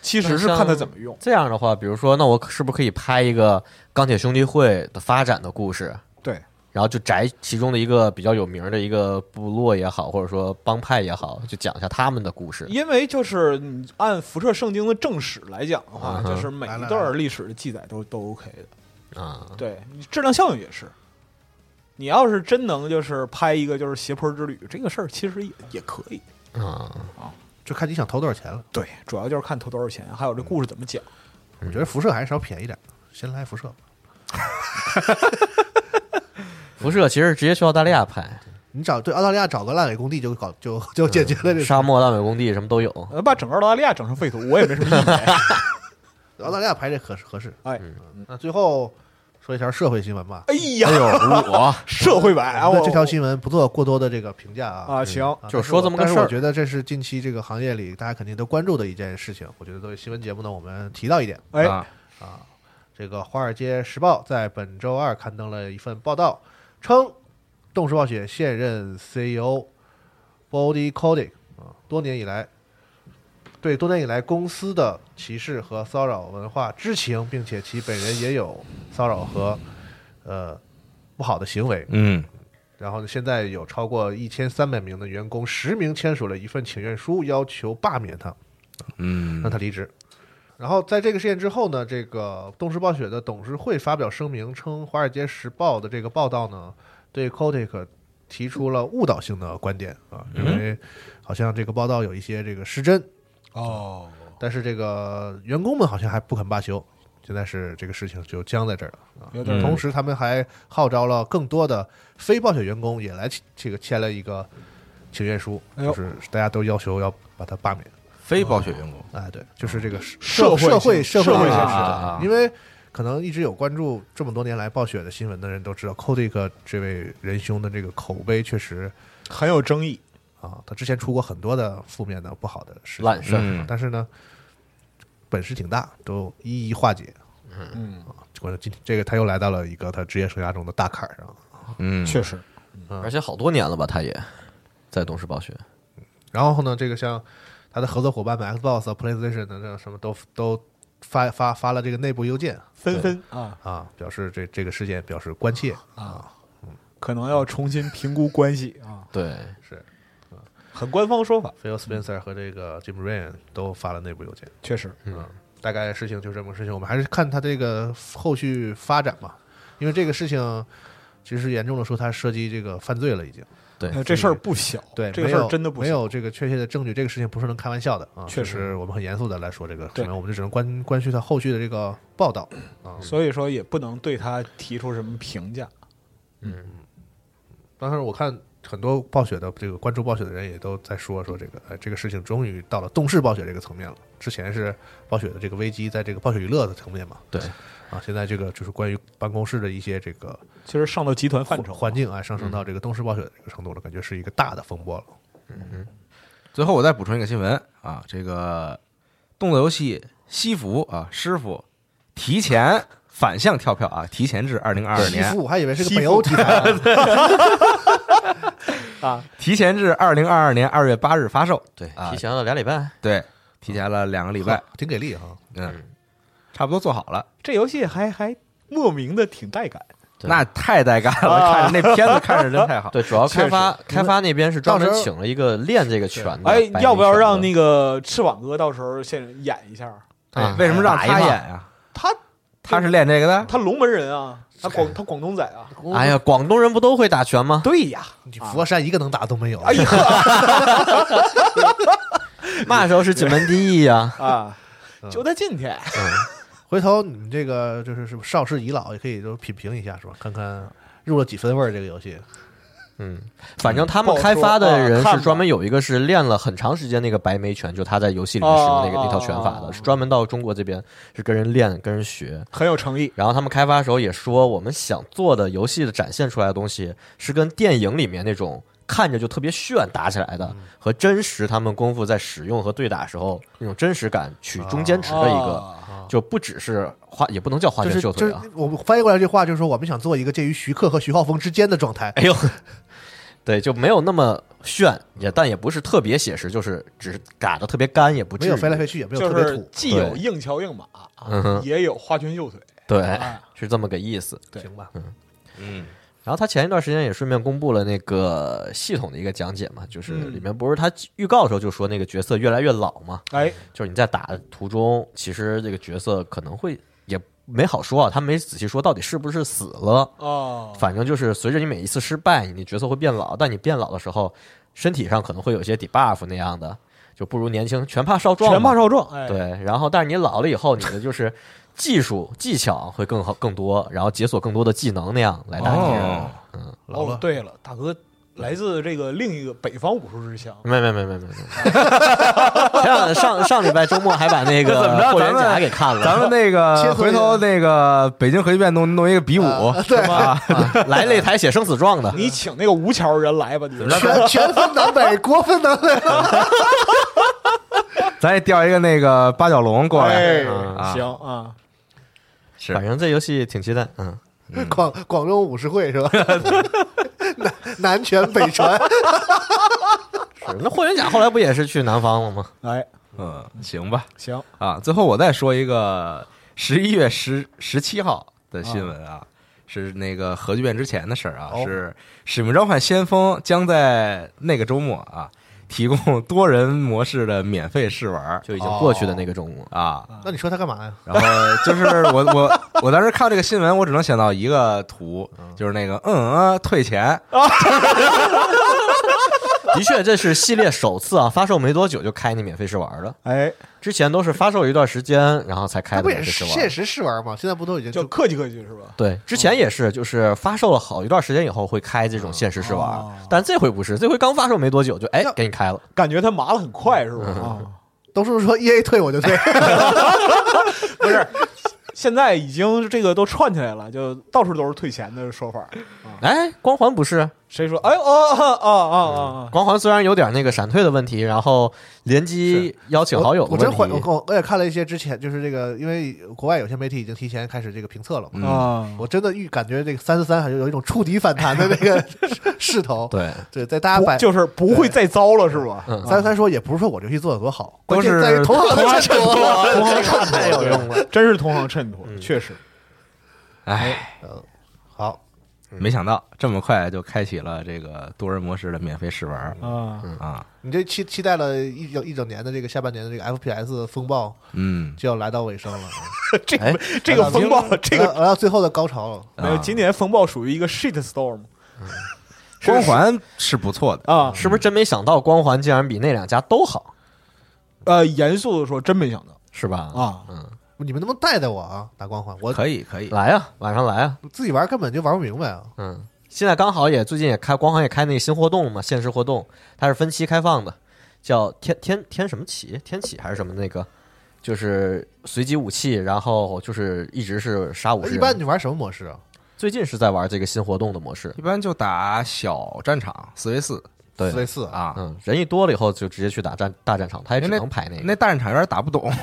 其实是看他怎么用。这样的话，比如说，那我是不是可以拍一个钢铁兄弟会的发展的故事？对，然后就摘其中的一个比较有名的一个部落也好，或者说帮派也好，就讲一下他们的故事。因为就是你按辐射圣经的正史来讲的话，嗯哼就是每一段历史的记载都都 OK 的。啊，对，你质量效应也是。你要是真能就是拍一个就是斜坡之旅这个事儿，其实也也可以。啊，就看你想投多少钱了。对，主要就是看投多少钱，还有这故事怎么讲。我觉得辐射还是稍便宜点，先来辐射吧。辐射其实直接去澳大利亚拍，你找对澳大利亚找个烂尾工地就搞就就解决了这事。沙漠、烂尾工地什么都有。呃，把整个澳大利亚整成废土，我也没什么意见。嗯澳大利亚拍这合适合适。哎，嗯那最后说一条社会新闻吧。哎呀， 我社会版啊，哦那我这条新闻不做过多的这个评价啊啊，行，啊就是说这么个但是事我儿但是我觉得这是近期这个行业里大家肯定都关注的一件事情。我觉得作为新闻节目呢，我们提到一点，哎，啊啊，这个《华尔街时报》在本周二刊登了一份报道，称动视暴雪现任 CEO Body Kotick 啊，多年以来对多年以来公司的歧视和骚扰文化知情，并且其本人也有骚扰和呃不好的行为。嗯然后呢，现在有超过一千三百名的员工实名签署了一份请愿书，要求罢免他。嗯让他离职。然后在这个事件之后呢，这个动视暴雪的董事会发表声明称，《华尔街时报》的这个报道呢，对 Kotick 提出了误导性的观点啊，认为好像这个报道有一些这个失真，哦，但是这个员工们好像还不肯罢休。现在是这个事情就僵在这儿了啊！嗯有点同时，他们还号召了更多的非暴雪员工也来这个签了一个请愿书，哎呦就是大家都要求要把他罢免。非暴雪员工哎，对，就是这个社会社会性社会社会现性实啊的，因为可能一直有关注这么多年来暴雪的新闻的人都知道，Kodik 这位仁兄的这个口碑确实很有争议。啊，他之前出过很多的负面的、不好的事情，烂事儿啊但是呢，本事挺大，都一一化解。嗯，关键今天这个他又来到了一个他职业生涯中的大坎儿上，嗯，确实，而且好多年了吧，他也在东视暴雪。然后呢，这个像他的合作伙伴们 Xbox 啊、PlayStation 的这什么都都发发发了这个内部邮件纷纷啊，啊，表示这这个事件表示关切啊，可能要重新评估关系啊，对，是很官方说法， Phil Spencer 和这个 Jim Ryan 都发了内部邮件，确实，嗯，大概事情就这么个事情，我们还是看他这个后续发展吧，因为这个事情其实严重的说，他涉及这个犯罪了已经。哎呃这事儿不小，对，这个没事儿有真的不没小，有这个确切的证据，这个事情不是能开玩笑的啊。确实就是我们很严肃的来说这个对什么，我们就只能关关注他后续的这个报道啊。所以说也不能对他提出什么评价，当时我看很多暴雪的这个关注暴雪的人也都在说说这个，哎，这个事情终于到了动视暴雪这个层面了。之前是暴雪的这个危机在这个暴雪娱乐的层面嘛，对啊，现在这个就是关于办公室的一些这个其实上到集团范畴，环境啊，上嗯升到这个动视暴雪的这个程度了，感觉是一个大的风波了。最后我再补充一个新闻啊，这个动作游戏西服啊，师傅提前反向跳票啊，提前至二零二二 西年服，，我还以为是个北欧题材 呢，提前至二零二二年二月八日发售。对，啊提前了俩礼拜，对，提前了两个礼拜， 挺给力哈。嗯，差不多做好了。这游戏还还莫名的挺带感，对那太带感了，看着那片子看着真太好。 对，主要开发开发那边是专门到时候请了一个练这个拳的，哎嗯摆，要不要让一那个翅膀哥到时候现演一下？拳的啊哎为什么让他打一演把呀？他他是练这个的，他龙门人啊，他广他广东仔啊，哎呀，广东人不都会打拳吗？对呀，你佛山一个能打都没有，啊哎呀嘛时候是锦门第一呀？啊，就在今天， 回头你们这个就是是不是少室遗老也可以都品评一下，是吧？看看入了几分味儿这个游戏。嗯，反正他们开发不好的说啊人看是吧专门有一个是练了很长时间那个白眉拳，就他在游戏里面使用那个哦那套拳法哦的，是专门到中国这边是跟人练跟人学。很有诚意，然后他们开发的时候也说，我们想做的游戏的展现出来的东西是跟电影里面那种看着就特别炫打起来的，和真实他们功夫在使用和对打时候那种真实感取中间值的一个，啊就不只是花，也不能叫花就拳是绣就腿是啊。我们翻译过来这句话，就是说我们想做一个介于徐克和徐浩峰之间的状态。哎呦，对，就没有那么炫，也但也不是特别写实，就是只是打的特别干，也不至没于有飞来飞去，也没有就特别是土，既有硬桥硬马，嗯哼也有花拳绣腿，对哎，是这么个意思。对行吧？嗯，然后他前一段时间也顺便公布了那个系统的一个讲解嘛，就是嗯里面不是他预告的时候就说那个角色越来越老嘛，哎，就是你在打的途中，其实这个角色可能会也没好说啊，他没仔细说到底是不是死了，哦，反正就是随着你每一次失败，你的角色会变老，但你变老的时候，身体上可能会有一些 debuff 那样的，就不如年轻，全怕少壮嘛，拳怕少壮，哎，对，然后但是你老了以后，你的就是技术技巧会更好更多，然后解锁更多的技能那样来打敌人。哦老哦了，对了，大哥来自这个另一个北方武术之乡，没没没没没没，前两上上礼拜周末还把那个怎么着霍元咱们甲给看了，咱们那切个合一回下头那个北京核聚变弄弄一个比武，对，啊啊来擂台写生死状的，你请那个吴桥人来吧，你全全分南北，国分南北。咱也调一个那个八角笼过来哎，啊。行啊，是反正这游戏挺期待，嗯，广广州武士会是吧？ 南南拳北拳，是那霍元甲后来不也是去南方了吗？哎，嗯，行吧，行，啊，最后我再说一个十一月十十七号的新闻啊，是那个核聚变之前的事儿啊，哦是《使命召唤：先锋》将在那个周末啊提供多人模式的免费试玩儿就已经过去的那个中午，啊。那你说他干嘛呀？然后就是我我我当时看这个新闻，我只能想到一个图，就是那个嗯啊退钱， 的确这是系列首次啊，发售没多久就开那免费试玩了，哎，之前都是发售一段时间然后才他开的不免也费试是玩。现实试玩吗？现在不都已经就就客气客气是吧？对，之前也是，就是发售了好一段时间以后会开这种限时试玩，哦但这回不是，这回刚发售没多久就哎给你开了，感觉他麻了很快是吧？啊，都是说 E A 退我就退，不是，现在已经这个都串起来了，就到处都是退钱的说法，哎，光环不是谁说？哎哦哦哦哦哦，光环虽然有点那个闪退的问题，然后联机邀请好友的我问我真题，怀，我我也看了一些之前就是这个，因为国外有些媒体已经提前开始这个评测了嘛。嗯啊！我真的预感觉这个三四三好像有一种触底反弹的那个势头。对，对，在大家不摆就是不会再糟了，是吧？嗯，三三说也不是说我这游戏做的多好，都关键是在于同行的衬托。 啊哎同行衬托太有用了。真是同行衬托，确实。哎，好，没想到这么快就开启了这个多人模式的免费试玩儿啊，啊！你这期期待了一整一整年的这个下半年的这个 FPS 风暴嗯，就要来到尾声了，这哎这个风暴，这来个到来到最后的高潮了。没有，啊今年风暴属于一个 shit storm 光环是不错的，啊。是不是真没想到光环竟然比那两家都好，呃，严肃的说，真没想到是吧？，哦啊，嗯你们能不能带带我啊？打光环，我可以可以，来啊，晚上来啊，自己玩根本就玩不明白啊。嗯，现在刚好也最近也开光环也开那个新活动嘛，限时活动，它是分期开放的，叫天天天什么旗，天启还是什么那个，就是随机武器，然后就是一直是杀武士人。呃一般你玩什么模式啊？最近是在玩这个新活动的模式，一般就打小战场四 v 四对四 v 四 啊，啊，嗯，人一多了以后就直接去打战大战场，他也只因为能排那那个。大战场有点打不 懂，啊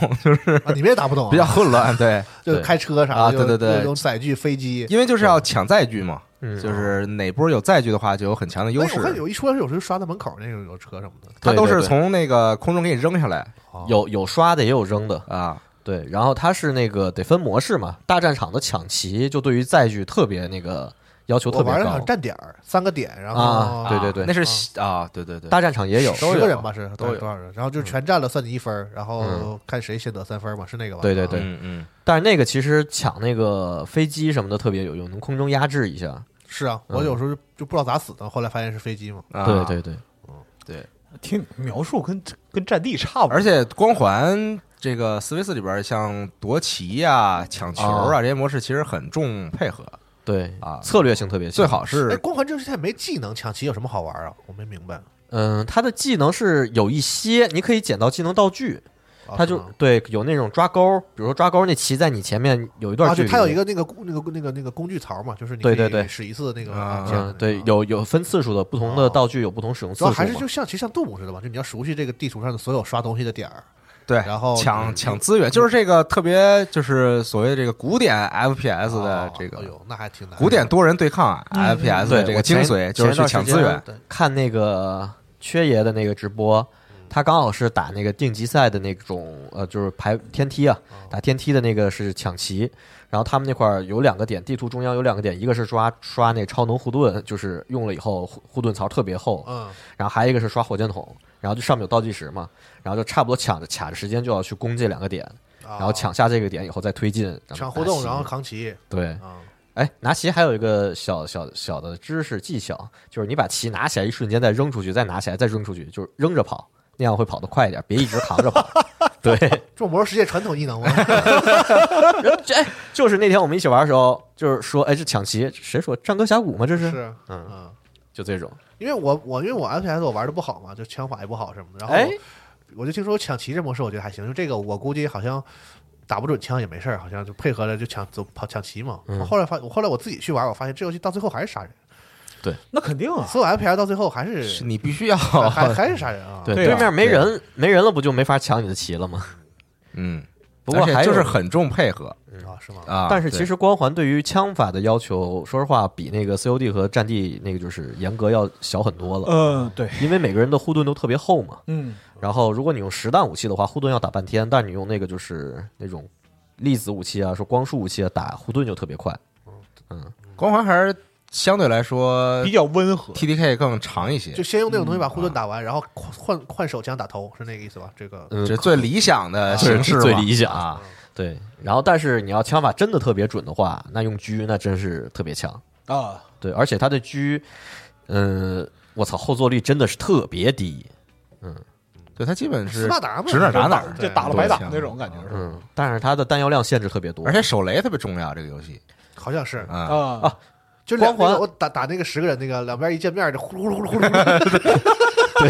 你们也打不懂啊，比较混 乱，对，就对开车啥的啊用对对对用用载具、飞机。因为就是要抢载具嘛，嗯就是哪波有载具的话就有很强的优哎我看势，有一说是有时候刷到门口那种有车什么的，它对都对是对从那个空中给你扔下来有有刷的也有扔的，啊，对，然后它是那个得分模式嘛，大战场的抢旗就对于载具特别那个要求我特别玩的好高像站点儿三个点，然后啊，对对对，那是啊，对对对，大战场也有，嗯十个人吧是都有多少人？然后就是全占了算你一分儿，然后看谁先得三分儿嘛，是那个吧？对对啊对，嗯嗯，但是那个其实抢那个飞机什么的特别有用，能空中压制一下。是啊，嗯我有时候就就不知道咋死的，后来发现是飞机嘛。啊对对对，听描述跟跟战地差不多，而且光环这个四 v 四里边，像夺旗呀、抢球哦啊这些模式，其实很重配合，对啊策略性特别强。最好哎，是光环这现在没技能抢旗有什么好玩啊？我没明白。嗯，他的技能是有一些你可以捡到技能道具，啊他就是吗对有那种抓钩，比如说抓钩那旗在你前面有一段啊，距就离，它有一个那个那个那个那个工具槽嘛，就是你对可以对对使一次那个啊按键的那个嗯对啊有有分次数的，不同哦的道具有不同使用主次数要嘛。还是就像其实像动物似的吧，就你要熟悉这个地图上的所有刷东西的点儿。对，然后嗯抢抢资源，就是这个特别就是所谓这个古典 FPS 的哦这哎个呦，那还挺难。古典多人对抗啊 FPS 的对这我个精前髓，就是去抢资前一段源时间看那个缺爷的那个直播，嗯他刚好是打那个定级赛的那种呃，就是排天梯啊，哦打天梯的那个是抢旗，然后他们那块儿有两个点，地图中央有两个点，一个是刷刷那超能护盾，就是用了以后护护盾槽特别厚，嗯，然后还有一个是刷火箭筒，然后就上面有倒计时嘛，然后就差不多抢着卡着时间就要去攻这两个点，然然后抢下这个点以后再推进，哦啊然后抢拿活动，旗然后扛旗对。 啊，哎，拿旗还有一个小小小的知识技巧，就是你把旗拿起来一瞬间再扔出去，再拿起来再扔出去，就是扔着跑，那样会跑得快一点，别一直扛着跑。 对，这种魔兽世界传统技能 吗？这哎，就是那天我们一起玩的时候，就是说，哎，这抢旗，谁说战歌峡谷吗？这是，是，嗯嗯，就这种，因为我我因为我 FPS 我玩的不好嘛，就枪法也不好什么的，然后哎我我就听说抢旗这模式，我觉得还行，就这个我估计好像。打不准枪也没事儿，好像就配合着就抢走跑抢旗嘛。嗯我后来发，我后来我自己去玩，我发现这游戏到最后还是杀人，那肯定啊，所有 FPS 到最后还是是你必须要还还还是杀人啊。对，对啊面没人，没人了，不就没法抢你的旗了吗？ 嗯，不过而且还有就是很重配合啊，是吗？啊。但是其对实光环对于枪法的要求，说实话，比那个 COD 和战地那个就是严格要小很多了，嗯，对，因为每个人的护盾都特别厚嘛。嗯，然后如果你用实弹武器的话，护盾要打半天，但你用那个就是那种粒子武器啊，说光束武器啊，打护盾就特别快。光环还是相对来说比较温和， TDK 更长一些，就先用那种东西把护盾打完，然后换换换手枪打头，是那个意思吧？这个嗯，这最理想的形式嘛最理想啊。对。然后，但是你要枪法真的特别准的话，那用狙那真是特别强。啊，对，而且它的狙，嗯，我操，后坐力真的是特别低。对，它基本是斯巴达嘛，指哪打哪，啊就打了白打对那种感觉是嗯，但是它的弹药量限制特别多，而且手雷特别重要，这个游戏好像是，吧啊，啊就两光环那个我打打那个十个人那个，两边一见面就呼噜呼噜呼噜呼噜，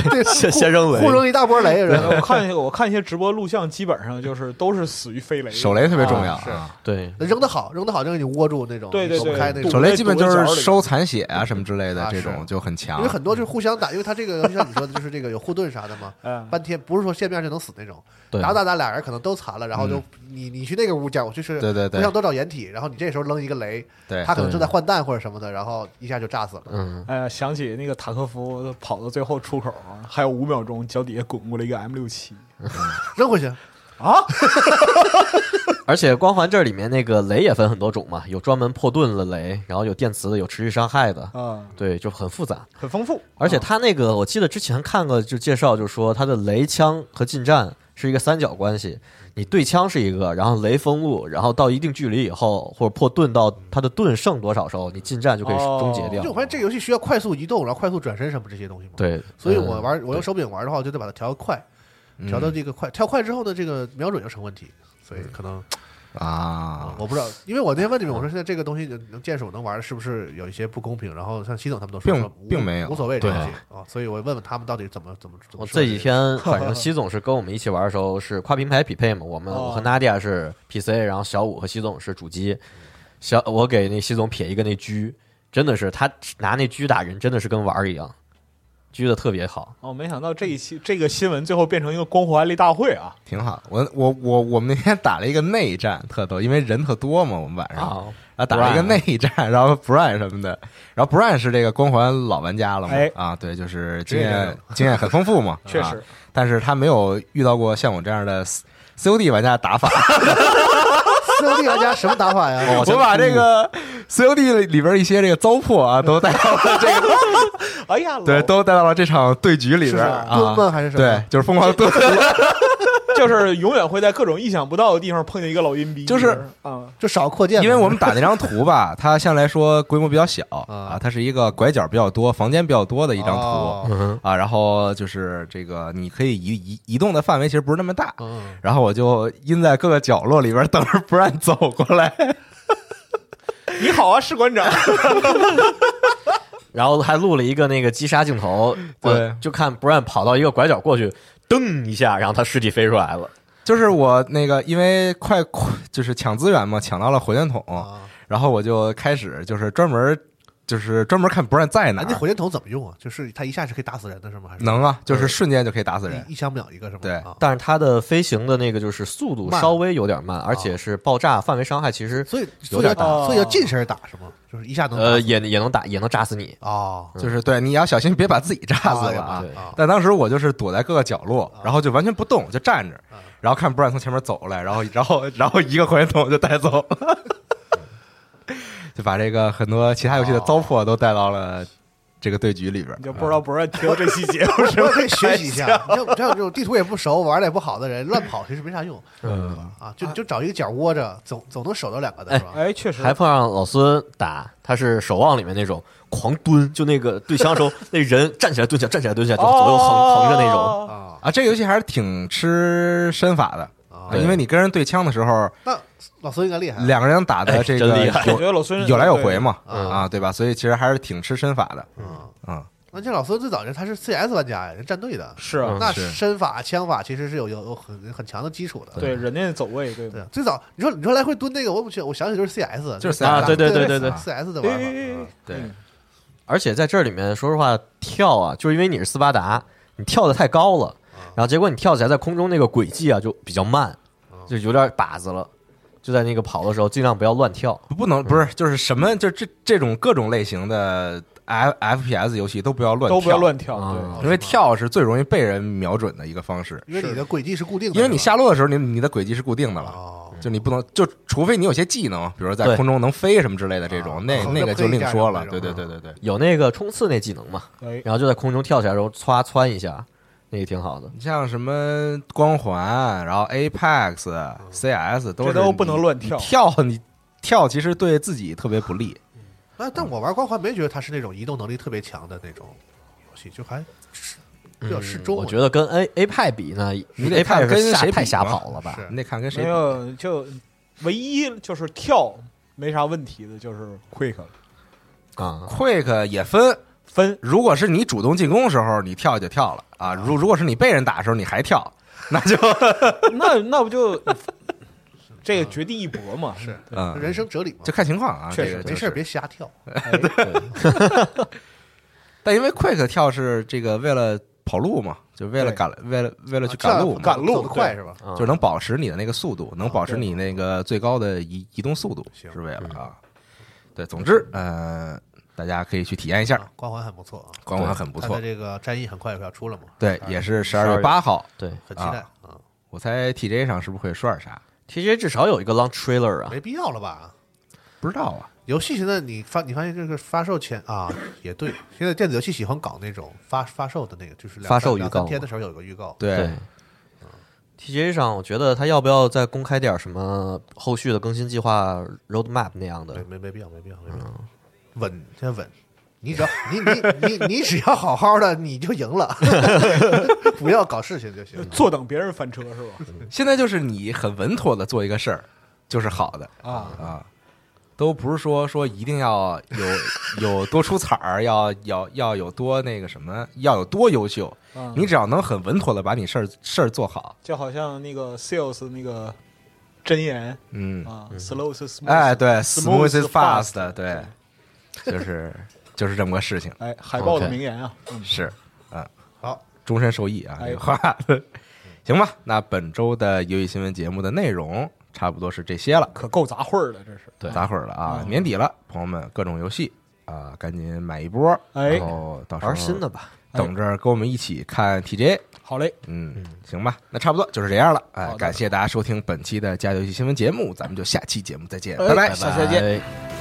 对，先互 先扔雷互扔一大波雷，然后我看一些我看一些直播录像，基本上就是都是死于飞雷，手雷特别重要啊是啊，对，扔的好，扔的好就是你握住那种，对对走不对开那堵种手。雷基本就躲在角是里收残血啊什么之类的啊这是种就很强因为，很多就是互相打，因为他这个就像你说的，就是这个有护盾啥的嘛，嗯，半天不是说见面就能死那种，对打打打俩人可能都残了，然后就你你去那个屋间，我就是对对对互相都找掩体，然后你这时候扔一个雷，对他可能正在换弹或者什么的，然后一下就炸死了。嗯，哎呀，想起那个塔科夫跑到最后出口啊，还有五秒钟，脚底下滚过来一个 M 六七扔回去，啊！而且光环这里面那个雷也分很多种嘛，有专门破盾的雷，然后有电磁的，有持续伤害的，啊，对，就很复杂。很丰富，啊而啊且它那个，我记得之前看过，就介绍，就说它的雷枪和近战是一个三角关系，你对枪是一个，然后雷封路，然后到一定距离以后，或者破盾到它的盾剩多少时候，你近战就可以哦终结掉就。我发现这个游戏需要快速移动，然后快速转身什么这些东西嘛。，对，所以嗯我玩我用手柄玩的话，我就得把它调得快，嗯调到这个快，调快之后呢，这个瞄准就成问题。所以可能啊，我不知道，因为我那天问你们，我说现在这个东西能能剑手能玩，是不是有一些不公平？然后像习总他们都说并说无并没有无所谓这个对东西啊，所以我问问他们到底怎么怎么怎么我说这的。几 天，反正西总是跟我们一起玩的时候是跨平台匹配嘛，我们哦我和 Nadia 是 PC，然后小五和西总是主机。小我给那西总撇一个那狙，真的是他拿那狙打人，真的是跟玩儿一样，狙的特别好。哦，没想到这一期这个新闻最后变成一个光环力大会啊！挺好。我我我我们那天打了一个内战，特逗，因为人特多嘛，我们晚上啊啊打了一个 Brian 内战，然后 Brian 什么的，然后 Brian 是这个光环老玩家了嘛哎，啊，对，就是职经业选验手经验很丰富嘛，确啊实，但是他没有遇到过像我这样的 C- COD 玩家打法。 COD 玩家什么打法 呀？我把哦这个 COD 里边一些这个糟粕啊，都带到了这个， 哎呀，老对，都带到了这场对局里边是啊吧蹲吗还是什么对，就是疯狂蹲， 就是永远会在各种意想不到的地方碰见一个老阴逼，就是啊，就少扩建嘛， 因为我们打那张图吧，它相对来说规模比较小啊啊，它是一个拐角比较多、房间比较多的一张图哦啊，然后就是这个你可以移移移动的范围其实不是那么大，嗯，然后我就阴在各个角落里边等着不让走过来， 你好啊，士官长，然后还录了一个那个击杀镜头，对我就看 Brian 跑到一个拐角过去，噔一下，然后他尸体飞出来了。就是我那个因为快快就是抢资源嘛，抢到了火箭筒，啊，然后我就开始就是专门就是专门看不让在哪哎儿那火箭筒怎么用啊？就是它一下是可以打死人的是吗？还是能啊，就是瞬间就可以打死人一一枪秒一个是吗？对啊但是它的飞行的那个就是速度慢啊稍微有点慢，而且是爆炸范围伤害其实所以所有以要点打大，大所以要近身打是吗？就是一下能打呃，死也也能打，也能炸死你。哦，就是对你要小心别把自己炸死了啊啊对！啊但当时我就是躲在各个角落，啊然后就完全不动，就站着，然后看不然从前面走过来，然后然后然后一个火箭筒就带走了， 就把这个很多其他游戏的哦糟粕都带到了这个对局里边你。就不知道不让听到这期节目是我吧？可以学习一下。你像像这种地图也不熟、玩的也不好的人，乱跑其实没啥用。嗯啊，就就找一个角窝着，总总能守到两个的是吧？哎，确实，还碰上老孙打，他是守望里面那种狂蹲，就那个对枪 的时候，那人站起来蹲下，站起来蹲下，就左右横横着那种。哦。啊，啊，这个游戏还是挺吃身法的，哦啊因为你跟人对枪的时候，那老孙应该厉害啊。两个人打的这哎真个厉害 我觉得老孙有哎是有来有回嘛，嗯啊，对吧？所以其实还是挺吃身法的，嗯，嗯，那这老孙最早就他是 CS 玩家呀，人战队的，是啊，嗯那是身法、枪法其实是有有有很很强的基础的。对，人家走位，对对，啊最早你说你说来回蹲那个，我不去，我想起就是 CS，就是 CS 啊，对对对对对对。 ，CS 的玩法。哎哎嗯哎对嗯而且在这里面，说实话，跳啊，就是因为你是斯巴达，你跳的太高了，啊然后结果你跳起来在空中那个轨迹啊就比较慢，啊就有点靶子了。就在那个跑的时候，尽量不要乱跳。不能不是就是什么就这这种各种类型的 F FPS 游戏都不要乱都不要跳乱跳，啊对，因为跳是最容易被人瞄准的一个方式，因为你的轨迹是固定的，因为是你吧下落的时候，你你的轨迹是固定的了，哦，就你不能就除非你有些技能，比如说在对空中能飞什么之类的这哦种，那啊那个就另说了。横对着对飞对嗯对对，有那个冲刺那技能嘛，哎，然后就在空中跳起来的时候歘窜一下，那个挺好的。你像什么光环，然后 Apex、CS 都是嗯这都不能乱跳你你跳你跳其实对自己特别不利。但但我玩光环没觉得它是那种移动能力特别强的那种游戏，就还是比较适嗯中。啊我觉得跟 A A 派比呢你得，A 派看跟是瞎谁太比瞎嘛跑了吧？是你得看跟谁没比有就唯一就是跳没啥问题的，就是 quick 了啊， ，Quick 也分分如果是你主动进攻的时候，你跳就跳了啊；如如果是你被人打的时候，你还跳，那就那那不就这个绝地一搏嘛？是嗯人生哲理嘛，就看情况啊。确实没这个就是事儿别瞎跳。但因为 Quick 跳是这个为了跑路嘛，就为了对赶，为了为了去啊赶这路样嘛，赶路走得快是吧？嗯就是能保持你的那个速度，能保持你那个最高的移移动速度，行是为了啊。对，总之，呃，大家可以去体验一下，啊，光环很不错啊，光环很不他错的。这个战役很快就要出了嘛，对，也是十二12月八号，对很期待啊，我猜 TJ 上是不是会说点啥？ ，TJ 至少有一个 long trailer 啊，没必要了吧？不知道啊。游戏现在你发你发现这个发售前啊，也对，现在电子游戏喜欢搞那种发发售的那个，就是两发售两预告三天的时候有个预告，对， TGA 上，我觉得他要不要再公开点什么后续的更新计划、roadmap 那样对，的？嗯没没必要，没必要，没必要，稳，现在稳。你只要你你你你只要好好的，你就赢 了， 不要搞事情就行。坐等别人翻车是吧？现在就是你很稳妥的做一个事儿，就是好的啊，啊，都不是说说一定要有有多出彩儿，要要要有多那个什么，要有多优秀。嗯你只要能很稳妥的把你事儿事儿做好，就好像那个 sales 那个箴言嗯，啊，slow is smooth，哎，对，smooth Smooth is is fast，对，就是就是这么个事情，哎，海报的 OK 名言啊，嗯是好，终身受益啊，哎这个话， 行吧？那本周的游戏新闻节目的内容差不多是这些了。可够杂烩儿的，这是。对打会儿了啊，嗯年底了，朋友们，各种游戏啊、赶紧买一波，哎然后到时候玩新的吧，等着跟我们一起看 TJ。好嘞，嗯，行吧，那差不多就是这样了。好哎，的感谢大家收听本期的《加游戏新闻》节目，咱们就下期节目再见，哎拜拜，下期再见拜拜。